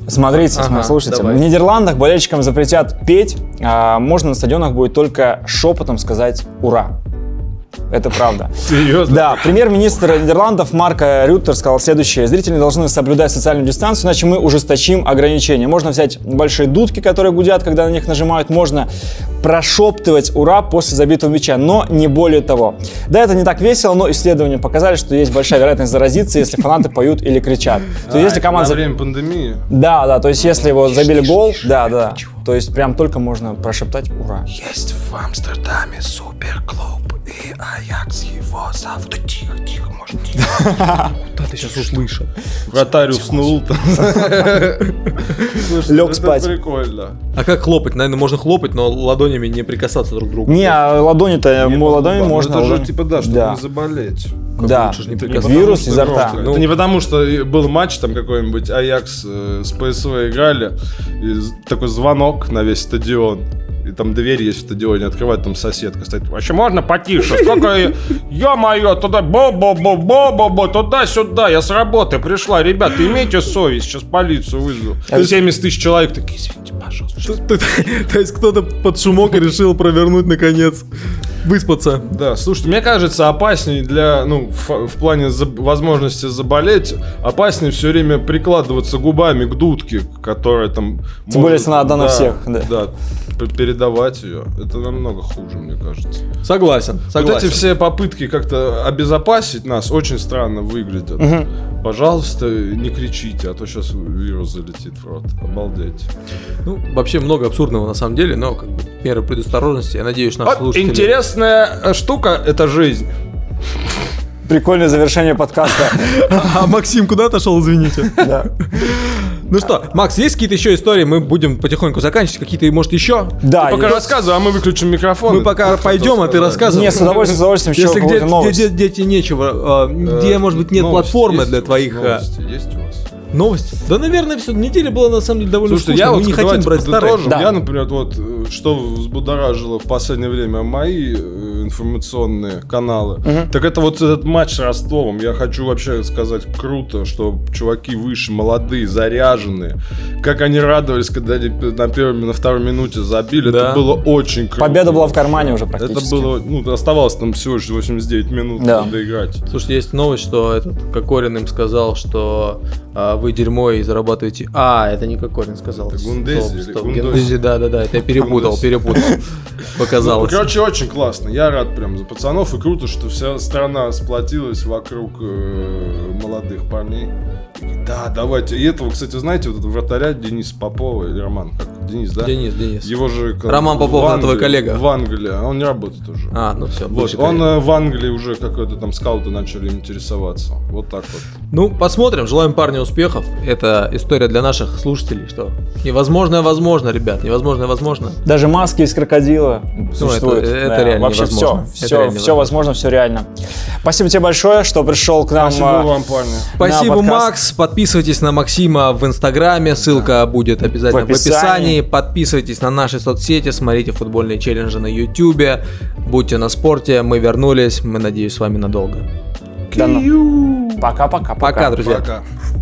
[SPEAKER 1] Смотрите,
[SPEAKER 2] Ага,
[SPEAKER 1] см- слушайте.
[SPEAKER 2] давай.
[SPEAKER 1] В Нидерландах болельщикам запретят петь, а можно на стадионах будет только шепотом сказать «Ура!». Это правда.
[SPEAKER 4] Серьезно?
[SPEAKER 1] Да, премьер-министр Нидерландов Марко Рютер сказал следующее. Зрители должны соблюдать социальную дистанцию, иначе мы ужесточим ограничения. Можно взять большие дудки, которые гудят, когда на них нажимают. Можно прошептывать «Ура!» после забитого мяча, но не более того. Да, это не так весело, но исследования показали, что есть большая вероятность заразиться, если фанаты поют или кричат. То есть,
[SPEAKER 2] А,
[SPEAKER 1] если команда...
[SPEAKER 4] На время пандемии.
[SPEAKER 1] Да, да, то есть если вот забили гол, да, да, то есть прям только можно прошептать «Ура!».
[SPEAKER 6] Есть в Амстердаме суперклуб, и Аякс его зовут. Да тихо, тихо, может, тихо.
[SPEAKER 2] (laughs) Да, ты сейчас услышал.
[SPEAKER 4] Вратарь уснул там. Слушай,
[SPEAKER 1] Лег
[SPEAKER 4] это
[SPEAKER 1] спать.
[SPEAKER 4] прикольно.
[SPEAKER 2] А как хлопать? Наверное, можно хлопать, но ладонями не прикасаться друг к другу.
[SPEAKER 1] Не, а ладони-то, м, ладони
[SPEAKER 4] Ну,
[SPEAKER 1] можно.
[SPEAKER 4] Это же
[SPEAKER 1] ладони-
[SPEAKER 4] типа, да, чтобы
[SPEAKER 1] Да.
[SPEAKER 4] не заболеть.
[SPEAKER 1] Да,
[SPEAKER 2] лучше ж не прикасаться.
[SPEAKER 1] вирус
[SPEAKER 4] Потому
[SPEAKER 1] изо
[SPEAKER 4] что
[SPEAKER 1] рта.
[SPEAKER 4] громко.
[SPEAKER 2] Ну.
[SPEAKER 4] Это не потому, что и был матч там какой-нибудь, Аякс э, с ПСВ играли, и з- такой звонок на весь стадион. И там дверь есть в стадионе, открывает там соседка. Кстати, вообще можно потише? Сколько, ё-моё, туда бо-бо-бо-бо-бо-бо, туда-сюда, я с работы пришла. Ребята, имейте совесть, сейчас полицию вызову.
[SPEAKER 1] А
[SPEAKER 4] 70 тысяч человек (laughs) такие, извините, пожалуйста.
[SPEAKER 2] То, то- то есть кто-то под шумок решил провернуть наконец. выспаться.
[SPEAKER 4] Да, слушайте, мне кажется, опаснее для, ну, ф- в плане за- возможности заболеть, опаснее все время прикладываться губами к дудке, которая там...
[SPEAKER 1] Тем более, если она одна на
[SPEAKER 4] да,
[SPEAKER 1] всех, да.
[SPEAKER 4] Да, п- передавать ее. Это намного хуже, мне кажется.
[SPEAKER 2] Согласен,
[SPEAKER 4] Вот
[SPEAKER 2] согласен.
[SPEAKER 4] эти все попытки как-то обезопасить нас очень странно выглядят. Пожалуйста, не кричите, а то сейчас вирус залетит в рот. Обалдеть.
[SPEAKER 2] Ну, вообще много абсурдного на самом деле, но как бы меры предосторожности. Я надеюсь, наши
[SPEAKER 4] Вот
[SPEAKER 2] слушатели...
[SPEAKER 4] А, интересная э, штука — это жизнь.
[SPEAKER 1] Прикольное завершение
[SPEAKER 4] (laughs)
[SPEAKER 1] подкаста.
[SPEAKER 2] (laughs) А Максим куда отошел, извините?
[SPEAKER 1] Да.
[SPEAKER 2] Ну что, Макс, есть какие-то еще истории? Мы будем потихоньку заканчивать. Какие-то, может, еще?
[SPEAKER 1] Да,
[SPEAKER 4] Пока
[SPEAKER 1] я-
[SPEAKER 4] рассказывай, а мы выключим микрофон.
[SPEAKER 2] Мы пока
[SPEAKER 4] Хотел
[SPEAKER 2] пойдем, а ты
[SPEAKER 4] сказать.
[SPEAKER 2] рассказывай.
[SPEAKER 1] Не, с удовольствием, с удовольствием еще
[SPEAKER 2] Если где,
[SPEAKER 1] какую-то новость.
[SPEAKER 2] где- где дети нечего, а,
[SPEAKER 4] Э,
[SPEAKER 2] где, может быть, нет
[SPEAKER 4] новости
[SPEAKER 2] платформы
[SPEAKER 4] есть
[SPEAKER 2] для
[SPEAKER 4] у вас?
[SPEAKER 2] твоих а,
[SPEAKER 4] Новости есть у вас?
[SPEAKER 2] новостей. Да, наверное, все. Неделя была на самом деле довольно
[SPEAKER 4] Слушайте,
[SPEAKER 2] скучной.
[SPEAKER 4] я
[SPEAKER 2] Ну, Мы
[SPEAKER 4] вот
[SPEAKER 2] не хотим
[SPEAKER 4] давайте
[SPEAKER 2] брать старые.
[SPEAKER 4] подытожим.
[SPEAKER 1] Да.
[SPEAKER 4] Я, например, вот э, что взбудоражило в последнее время мои э, информационные каналы. Так это вот этот матч с Ростовом. Я хочу вообще сказать круто, что чуваки выше, молодые, заряженные. Как они радовались, когда они п- на первой, на второй минуте забили.
[SPEAKER 2] Да.
[SPEAKER 4] Это было очень круто.
[SPEAKER 1] Победа была в кармане уже
[SPEAKER 4] Это
[SPEAKER 1] практически.
[SPEAKER 4] было, ну, оставалось там всего лишь 89 минут
[SPEAKER 1] Да.
[SPEAKER 4] доиграть.
[SPEAKER 2] Слушай, есть новость, что этот Кокорин им сказал, что а, вы дерьмо и зарабатываете. А, это не Кокорин сказал.
[SPEAKER 4] Это Гундези
[SPEAKER 2] Стоп,
[SPEAKER 4] или
[SPEAKER 2] стоп,
[SPEAKER 4] Гундози.
[SPEAKER 2] Гундези, да, да, да. Это я перепутал,
[SPEAKER 4] Гундози. (laughs)
[SPEAKER 2] перепутал. Показалось.
[SPEAKER 4] Ну, короче, очень классно. Я рад прям за пацанов. И круто, что вся страна сплотилась вокруг э, молодых парней. Такие, Да, давайте. И этого, кстати, знаете, вот этого вратаря Дениса Попова или Роман, как? Денис, да?
[SPEAKER 2] Денис, Денис.
[SPEAKER 4] Его же... как
[SPEAKER 2] Роман
[SPEAKER 4] в
[SPEAKER 2] Попов, это
[SPEAKER 4] Англии-
[SPEAKER 2] твой коллега.
[SPEAKER 4] В Англии. А он не работает уже.
[SPEAKER 2] А, ну все.
[SPEAKER 4] Вот, он э, в Англии уже какой-то там скауты начали им интересоваться. Вот так вот.
[SPEAKER 2] Ну, посмотрим. Желаем парню успехов. Это история для наших слушателей, что невозможное возможно, ребят. Невозможное возможно.
[SPEAKER 1] Даже маски из крокодила существуют.
[SPEAKER 2] Ну, это- это
[SPEAKER 1] Да,
[SPEAKER 2] реально
[SPEAKER 1] Вообще все,
[SPEAKER 2] невозможно. Это
[SPEAKER 1] все,
[SPEAKER 2] реально
[SPEAKER 1] все возможно, все реально. Спасибо тебе большое, что пришел к нам.
[SPEAKER 4] Спасибо
[SPEAKER 1] а,
[SPEAKER 4] вам, парни.
[SPEAKER 2] Спасибо,
[SPEAKER 1] подкаст.
[SPEAKER 2] Макс. Подписывайтесь на Максима в Инстаграме. Ссылка будет обязательно
[SPEAKER 1] В
[SPEAKER 2] в
[SPEAKER 1] описании.
[SPEAKER 2] описании. Подписывайтесь на наши соцсети, смотрите футбольные челленджи на Ютубе. Будьте на спорте. Мы вернулись. Мы, надеюсь, с вами надолго.
[SPEAKER 1] да ну. Пока-пока.
[SPEAKER 2] Пока, друзья.
[SPEAKER 4] Пока.